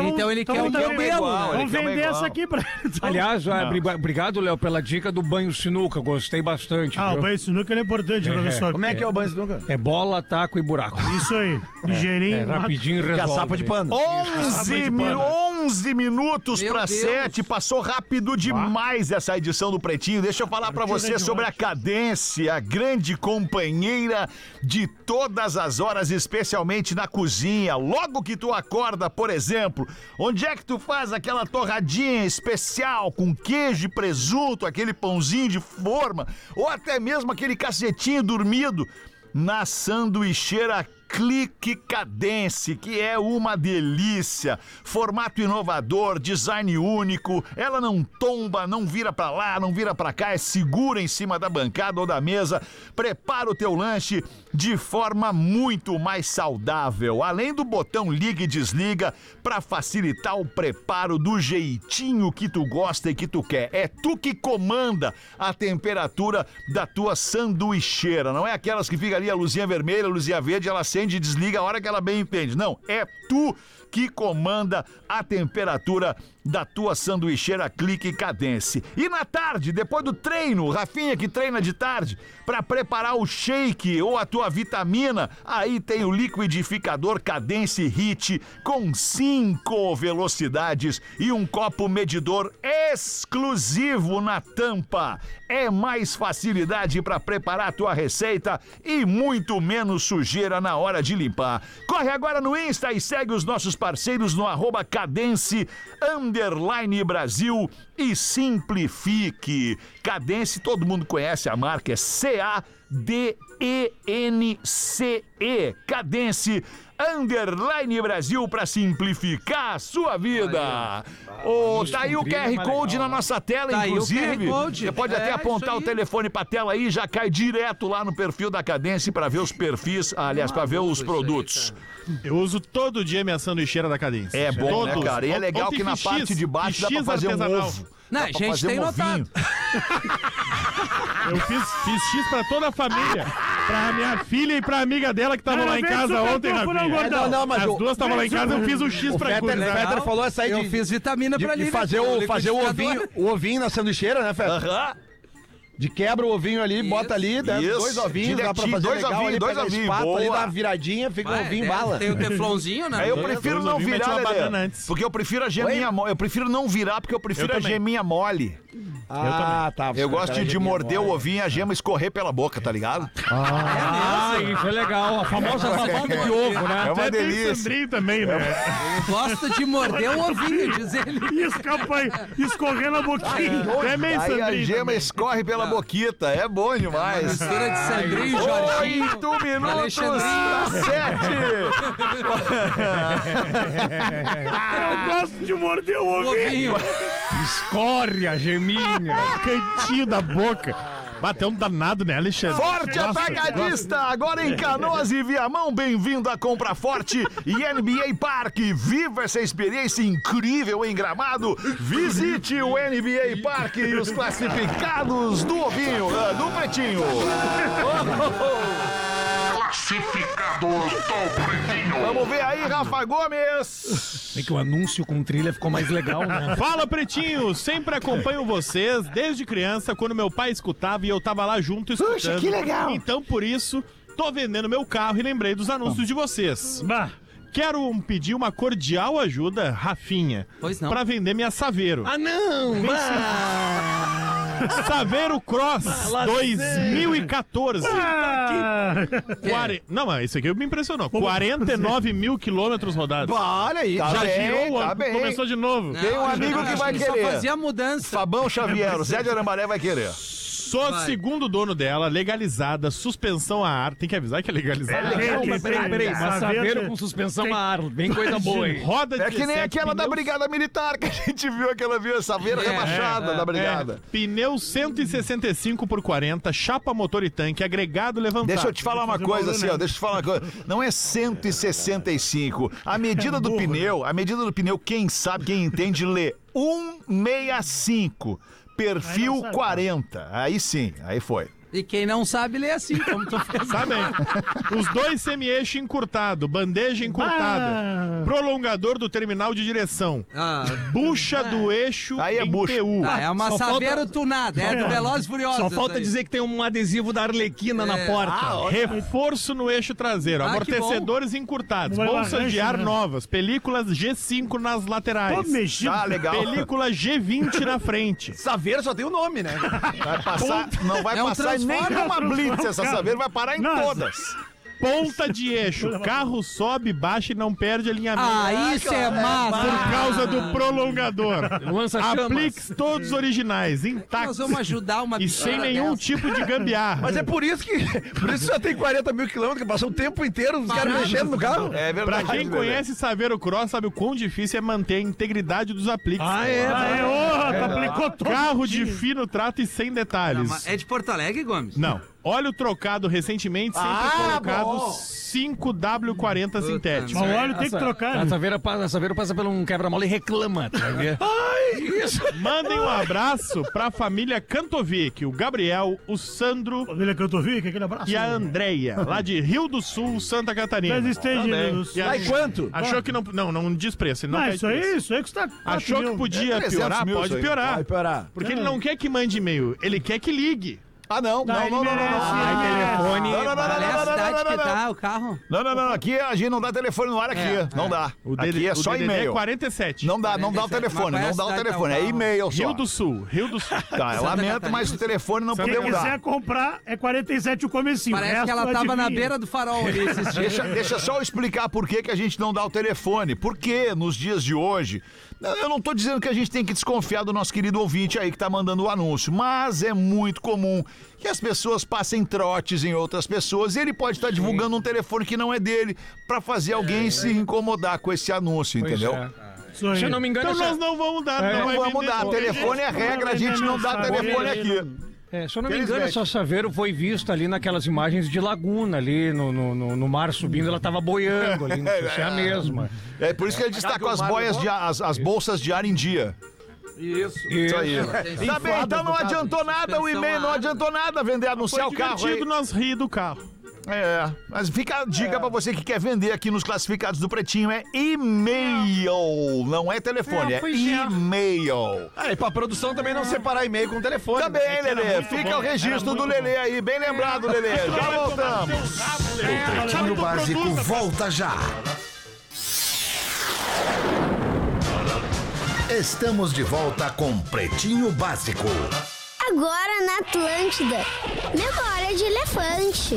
J: igual.
F: Então ele quer um
E: também-
F: modelo,
I: né? Ele
E: Vamos
I: quer uma
E: vender
I: igual.
E: essa aqui pra.
G: Aliás, ah, briba- obrigado, Léo, pela dica do banho sinuca. Gostei bastante.
E: Ah, o
G: viu?
E: banho sinuca ele é importante, professor.
C: Como é que é o banho nunca?
G: É bola, taco e buraco.
E: Isso aí. Ligeirinho.
G: É, rapidinho resolve.
C: Caçapa de pano.
I: 11, mi- 11 minutos
F: Meu
I: para
F: Deus.
I: 7, passou rápido demais essa edição do Pretinho. Deixa eu falar para você sobre a Cadência, a grande companheira de todas as horas, especialmente na cozinha. Logo que tu acorda, por exemplo, onde é que tu faz aquela torradinha especial com queijo e presunto, aquele pãozinho de forma, ou até mesmo aquele cacetinho dormido na sanduicheira Clique Cadence, que é uma delícia. Formato inovador, design único, ela não tomba, não vira pra lá, não vira pra cá, é segura em cima da bancada ou da mesa. Prepara o teu lanche de forma muito mais saudável. Além do botão liga e desliga para facilitar o preparo do jeitinho que tu gosta e que tu quer. É tu que comanda a temperatura da tua sanduicheira, não é aquelas que fica ali a luzinha vermelha, a luzinha verde, ela acende e desliga a hora que ela bem entende. Não, é tu que comanda a temperatura da tua sanduicheira clique cadence. E na tarde, depois do treino, o Rafinha que treina de tarde, para preparar o shake ou a tua vitamina, aí tem o liquidificador cadence hit com cinco velocidades e um copo medidor exclusivo na tampa. É mais facilidade para preparar a tua receita e muito menos sujeira na hora de limpar. Corre agora no Insta e segue os nossos parceiros no arroba cadence underline Brasil e simplifique. Cadence, todo mundo conhece a marca, é C-A-D-E-N-C-E. Cadence underline Brasil para simplificar a sua vida. Ô,
F: é
I: tá aí o QR Code na nossa tela,
F: Tá aí o
I: inclusive.
F: QR Code.
I: Você pode
F: É,
I: até
F: isso
I: apontar o
F: aí.
I: telefone pra tela aí, já cai direto lá no perfil da Cadence para ver os perfis,
J: Ah,
I: aliás, para ver os
F: isso aí,
I: produtos.
J: Eu uso todo dia minha sanduicheira da cadência.
I: É bom,
J: Todos.
I: né, cara? E é
J: Ontem
I: legal que na
J: fiz
I: parte
J: X,
I: de baixo dá pra
J: X
I: fazer um
J: artesanal.
I: ovo.
F: Não,
I: Dá
F: a
I: pra
F: gente
I: fazer
F: tem
I: um ovinho.
F: notado.
J: Eu fiz, fiz X pra toda a família. Pra minha filha e pra amiga dela que estavam
E: Cara,
J: lá em
E: vem
J: casa
E: super
J: ontem,
E: topo, não,
J: Rafinha.
E: gordão.
C: É, não, não, mas
J: As
C: o-
J: duas estavam lá em casa, eu fiz o X
C: O é
J: pra
C: Fetter,
J: gurizada.
C: o Fetter falou essa aí
F: Eu
C: de,
F: fiz vitamina
C: de-
F: pra
C: de
F: né? Lívia,
C: fazer,
F: cara,
C: o,
F: no
C: fazer o,
F: é liquidificador.
C: ovinho, o ovinho na sanduicheira, né, Fetter?
I: Aham.
C: De quebra o ovinho ali, bota ali, dá
I: Isso.
C: dois ovinhos, dá pra
I: Direitinho,
C: fazer
I: dois
C: legal
I: ovinhos,
C: ali,
I: dois
C: pega a
I: ovinhos,
C: espátula ali,
I: boa.
C: dá uma viradinha, fica um
F: Vai,
C: ovinho
F: tem-
C: bala.
F: é, Tem o teflonzinho, né?
I: Aí eu prefiro
J: dois
I: não
J: ovinhos, mete
I: virar,
J: uma
I: Lelê,
J: banana antes.
I: Porque eu prefiro a geminha mole. Eu prefiro não virar, porque eu prefiro a
J: Eu também.
I: geminha mole.
C: Ah, tá.
I: Eu gosto de morder o
C: ovinho.
I: ovinho e a gema escorrer pela boca, tá ligado?
G: Ah, isso é legal. A famosa babada de ovo, né?
I: É uma
J: Até tem
I: delícia.
J: Sandrinho também, né?
F: Gosta de morder o ovinho, diz ele.
E: E escapa aí, escorrendo a boquinha. É meio
I: Aí a
E: Sandrinho
I: gema
E: também.
I: escorre
J: Ah.
I: pela boquita. É bom demais.
F: Mistura de Sandrinho, Jorginho.
I: Oito minutos pra
F: Alexandrinho.
I: sete.
E: Eu gosto de morder o
F: O
E: ovo.
F: ovinho.
J: Corre a geminha. Cantinho da boca. Bateu um danado, né, Alexandre?
I: Forte
J: Nossa, É.
I: atacadista, agora em Canoas e Viamão, bem-vindo a Compra Forte e NBA Parque. Viva essa experiência incrível em Gramado. Visite o NBA Parque e os classificados do Ovinho, ah, do Pretinho.
K: Classificados do Pretinho.
I: Vamos ver aí, Rafa Gomes.
G: É que o anúncio com trilha ficou mais legal, né?
J: Fala, pretinho! Sempre acompanho vocês desde criança, quando meu pai escutava e eu tava lá junto escutando.
I: Puxa, que legal!
J: Então, por isso, tô vendendo meu carro e lembrei dos anúncios de vocês.
E: Bah,
J: Quero um- pedir uma cordial ajuda, Rafinha,
F: Pois não.
J: pra vender minha Saveiro.
G: Ah, não!
J: Saveiro Cross 2014.
F: É.
E: Ah.
J: Quare- Não, mas isso aqui me impressionou. 49 mil quilômetros rodados.
I: Olha aí, tá
J: Já
I: bem,
J: girou o
I: tá
J: ano,
I: bem.
J: começou de novo.
I: Tem um amigo que
F: acho
I: vai querer.
F: Só fazia mudança.
I: Fabão Xavier,
J: É
I: o Zé de Arambaré vai querer.
J: Sou
F: Vai.
J: segundo dono dela, legalizada, suspensão a ar. Tem que avisar que é legalizada.
G: Não, mas peraí, peraí. Mas
E: Saveiro
G: saveiro
E: que-
G: com suspensão a ar, bem coisa boa, hein?
J: Roda
I: É que nem
J: 17,
I: aquela da
J: pneu-
I: Brigada Militar que a gente viu, aquela viu, essa veira
F: É,
I: rebaixada
F: é,
I: da
J: É,
I: Brigada.
J: pneu 165 por 40, chapa motor e tanque, agregado levantado.
I: É. Deixa eu te falar uma coisa assim, ó, deixa eu te falar uma coisa. Não é 165. A medida do pneu, a medida do pneu, quem sabe, quem entende, lê 165, perfil 40. Aí sim, aí foi.
F: E quem não sabe, lê assim, como tu fez.
J: Tá bem. Os dois semi-eixo encurtado, bandeja encurtada,
E: Ah.
J: prolongador do terminal de direção,
F: Ah,
J: bucha do eixo
I: Aí é
J: em
I: bucha.
J: PU.
F: ah, é uma
G: Só falta-
F: saveiro tunada, é do Veloz Furioso.
G: Só falta dizer que tem um adesivo da Arlequina na
F: É.
G: porta.
I: Ah,
J: Reforço no eixo traseiro,
F: Ah, que
J: amortecedores encurtados,
E: Vai lá,
J: bolsas de
E: arranja,
J: ar
E: né?
J: novas, películas G5 nas
E: tô
J: laterais,
E: mexido.
I: Tá legal.
J: película G20 na frente.
C: Saveiro só tem o nome, né?
I: Vai passar, não vai
F: É um
I: passar em
F: transforma-
I: nenhuma blitz essa
E: cara.
I: saber, vai parar em
E: Nossa.
I: todas.
J: Ponta de eixo. Carro sobe, baixa e não perde a linha
F: Ah, isso é massa.
J: Por causa do prolongador.
G: Lança-chamas.
J: Apliques todos originais,
F: Nós
J: intactos.
F: vamos ajudar uma
J: E
F: bichona
J: sem nenhum
F: dessa.
J: tipo de gambiarra.
C: Mas é por isso que. Por isso já tem 40 mil quilômetros, que passou o tempo inteiro os caras
F: Parado.
C: mexendo no carro.
I: É
J: Pra
I: verdade.
J: quem
I: né, velho?
J: conhece Saveiro Cross, sabe o quão difícil é manter a integridade dos apliques.
E: Ah, é, ô, tu aplicou todo.
J: Carro de fino trato e sem
F: Não,
J: detalhes.
F: mas É de Porto Alegre, Gomes?
J: Não. Óleo trocado recentemente, sempre
C: Ah,
J: colocado
C: bom.
J: 5W40 sintético.
E: Mas o óleo tem que trocar. né?
G: A Saveira passa, a Saveira passa por um quebra-mola e reclama. tá vendo?
J: Mandem um abraço pra família Cantovic, o Gabriel, o Sandro
E: Família Cantovic, aquele abraço.
J: e a Andreia, lá de Rio do Sul, Santa
E: Mas né,
J: Catarina.
E: esteja nos-
J: E
C: Vai quanto?
J: Achou que não. Não, não diz preço. ele Não
E: Ah,
J: pede
E: isso
J: preço.
E: aí, isso aí custa. quatro
J: Achou que
E: mil. Tá
J: podia
I: 300
J: piorar?
I: mil isso
J: Pode
I: aí.
J: piorar.
C: Vai piorar.
J: Porque ele não quer que mande e-mail, ele quer que ligue.
I: Ah, não,
E: Ah,
I: não,
E: ele
I: não, não, não,
E: merece,
I: não.
E: ele merece.
I: Não, não, não, não, não,
F: Qual é
I: não,
F: a
I: não, não,
F: cidade
I: não,
F: que
I: não.
F: tá o carro?
I: Não, não, não, não, aqui a gente não dá telefone no ar aqui,
F: É,
I: não
F: é.
I: dá. aqui é
J: o
I: só
J: DDD
I: e-mail.
J: 47.
I: Não dá, não dá o
F: 47,
I: telefone, não
F: mas
I: dá o
F: parece que tá
I: telefone, é
F: então,
I: e-mail só.
J: Rio do Sul, Rio do Sul.
I: Tá, eu
F: Santa
I: lamento,
F: Catarina.
I: mas o telefone não
E: Quem
I: podemos
E: quiser
I: dar.
E: comprar é 47 o comecinho. O
F: Parece
E: resto
F: que ela
E: tu
F: tava na
E: adivinha.
F: beira do farol ali. esses dias.
I: Deixa, deixa só eu explicar por que, que a gente não dá o telefone. Por que nos dias de hoje? Não, Eu não tô dizendo que a gente tem que desconfiar do nosso querido ouvinte aí que tá mandando o anúncio, mas é muito comum que as pessoas passem trotes em outras pessoas e ele pode estar divulgando um telefone que não é dele pra fazer alguém se incomodar com esse anúncio, entendeu?
G: é.
E: Isso aí.
G: Se eu não me engano,
J: Então
G: essa-
J: nós não vamos dar, não vai
I: Não vamos
J: vender
I: dar,
J: de qualquer
I: telefone
J: jeito.
I: é regra, a
E: vai
I: gente
E: vender,
I: não dá
E: não sabe.
I: telefone aqui.
G: É, se eu não me engano,
I: Felizmente.
G: essa Saveiro foi vista ali naquelas imagens de Laguna, ali no, no, no, no mar subindo, ela tava boiando ali, não sei se é a mesma.
I: É por isso que ele destacou as boias de a- as, as bolsas de ar em dia. Isso aí. Tá bem, então não adiantou nada o e-mail, não adiantou nada vender, anunciar o
J: Foi
I: carro. aí.
J: É divertido nós rir do carro.
I: né? É, mas fica a dica pra você que quer vender aqui nos classificados do Pretinho, é e-mail, não é telefone, é, e-mail.
C: Ah, e pra produção também não separar e-mail com telefone.
I: Também, Lelê, fica o registro do Lelê aí, bem lembrado, Lelê, já voltamos.
L: Pretinho Básico volta já. Estamos de volta com Pretinho Básico.
M: Agora na Atlântida. Memória de elefante.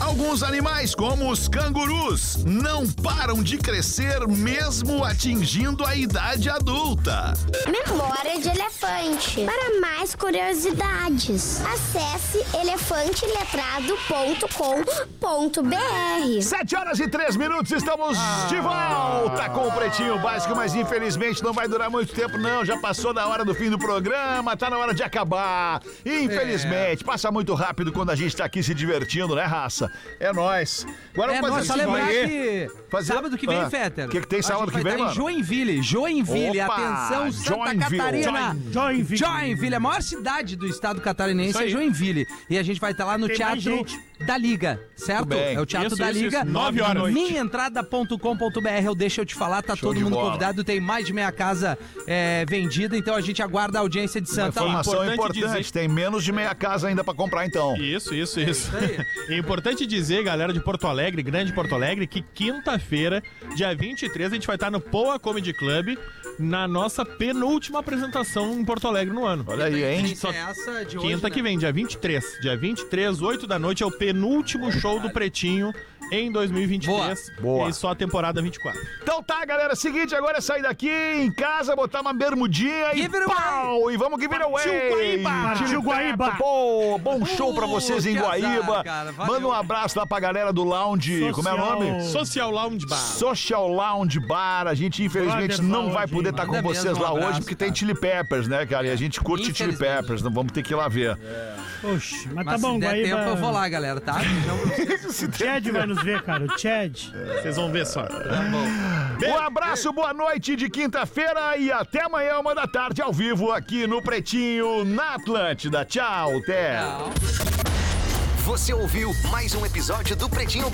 I: Alguns animais, como os cangurus, não param de crescer mesmo atingindo a idade adulta.
M: Memória de elefante. Para mais curiosidades, acesse elefanteletrado.com.br.
I: Sete horas e três minutos, estamos de volta com o Pretinho Básico, mas infelizmente não vai durar muito tempo, não. Já passou da hora do fim do programa, tá na hora de acabar.
F: É.
I: Infelizmente, passa muito rápido quando a gente tá aqui se divertindo, né, raça? É nóis. Agora
F: É,
I: vamos
F: nossa,
I: fazer assim,
F: lembrar
I: isso
F: que
I: Fazer-
F: sábado que vem,
I: Ah,
F: Féter.
I: que que tem
F: a gente
I: sábado que
F: vai
I: vem,
F: estar
I: mano?
F: Em Joinville, Joinville,
I: Opa,
F: atenção, Santa
I: Joinville.
F: Catarina.
E: Joinville.
F: Joinville, a maior cidade do estado catarinense é
J: aí.
F: Joinville. E a gente vai estar lá no
E: Tem mais
F: Teatro
E: gente.
F: da Liga, certo?
I: Muito bem.
F: É o Teatro
J: Isso,
F: da
J: isso,
F: Liga.
J: isso. Nove horas da noite.
F: Minhaentrada.com.br, eu deixo eu te falar, tá
I: Show
F: todo
I: de
F: mundo
I: bola.
F: convidado, tem mais de meia casa é, vendida, então a gente aguarda a audiência de
I: Uma
F: Santa.
I: informação
J: importante
I: importante,
J: dizer-
I: tem menos de meia casa ainda pra comprar então.
J: Isso, isso, isso.
F: isso
J: É importante dizer, galera de Porto Alegre, grande Porto Alegre, que quinta-feira, dia 23, a gente vai estar no Poa Comedy Club na nossa penúltima apresentação em Porto Alegre no ano.
I: Olha aí, hein?
F: Só... essa de hoje,
J: Quinta
F: né?
J: que vem, dia 23. Dia 23, 8 da noite, é o penúltimo show do Pretinho em 2023.
I: Boa. Boa.
J: E só a temporada 24.
I: Então tá, galera. Seguinte, agora é sair daqui em casa, botar uma bermudinha e
F: Give it away.
I: pau! E vamos give it away!
E: Partiu Guaíba.
I: Pô, Tá bom show pra vocês em
F: que azar,
I: Guaíba.
F: cara, valeu.
I: Manda um abraço lá pra galera do Lounge. Como é o
E: Social.
I: nome?
J: Social Lounge Bar.
I: Social Lounge Bar, a gente infelizmente
E: Brothers
I: não
E: Lounge.
I: vai poder estar com
F: Manda
I: vocês
F: mesmo um
I: lá
F: abraço,
I: hoje porque tem
F: cara.
I: Chili Peppers, né, cara? E a gente curte Chili
F: Infelizmente.
I: Peppers, não vamos ter que ir lá ver.
E: Oxe, mas tá
F: Mas
E: bom,
F: se der
E: Guaíba.
F: tempo eu vou lá, galera, tá?
E: O Chad vai nos ver, cara. O Chad.
J: Vocês vão ver só.
I: Um abraço, boa noite de quinta-feira e até amanhã, uma da tarde, ao vivo aqui no Pretinho, na Atlântida. Tchau, até.
N: Você ouviu mais um episódio do Pretinho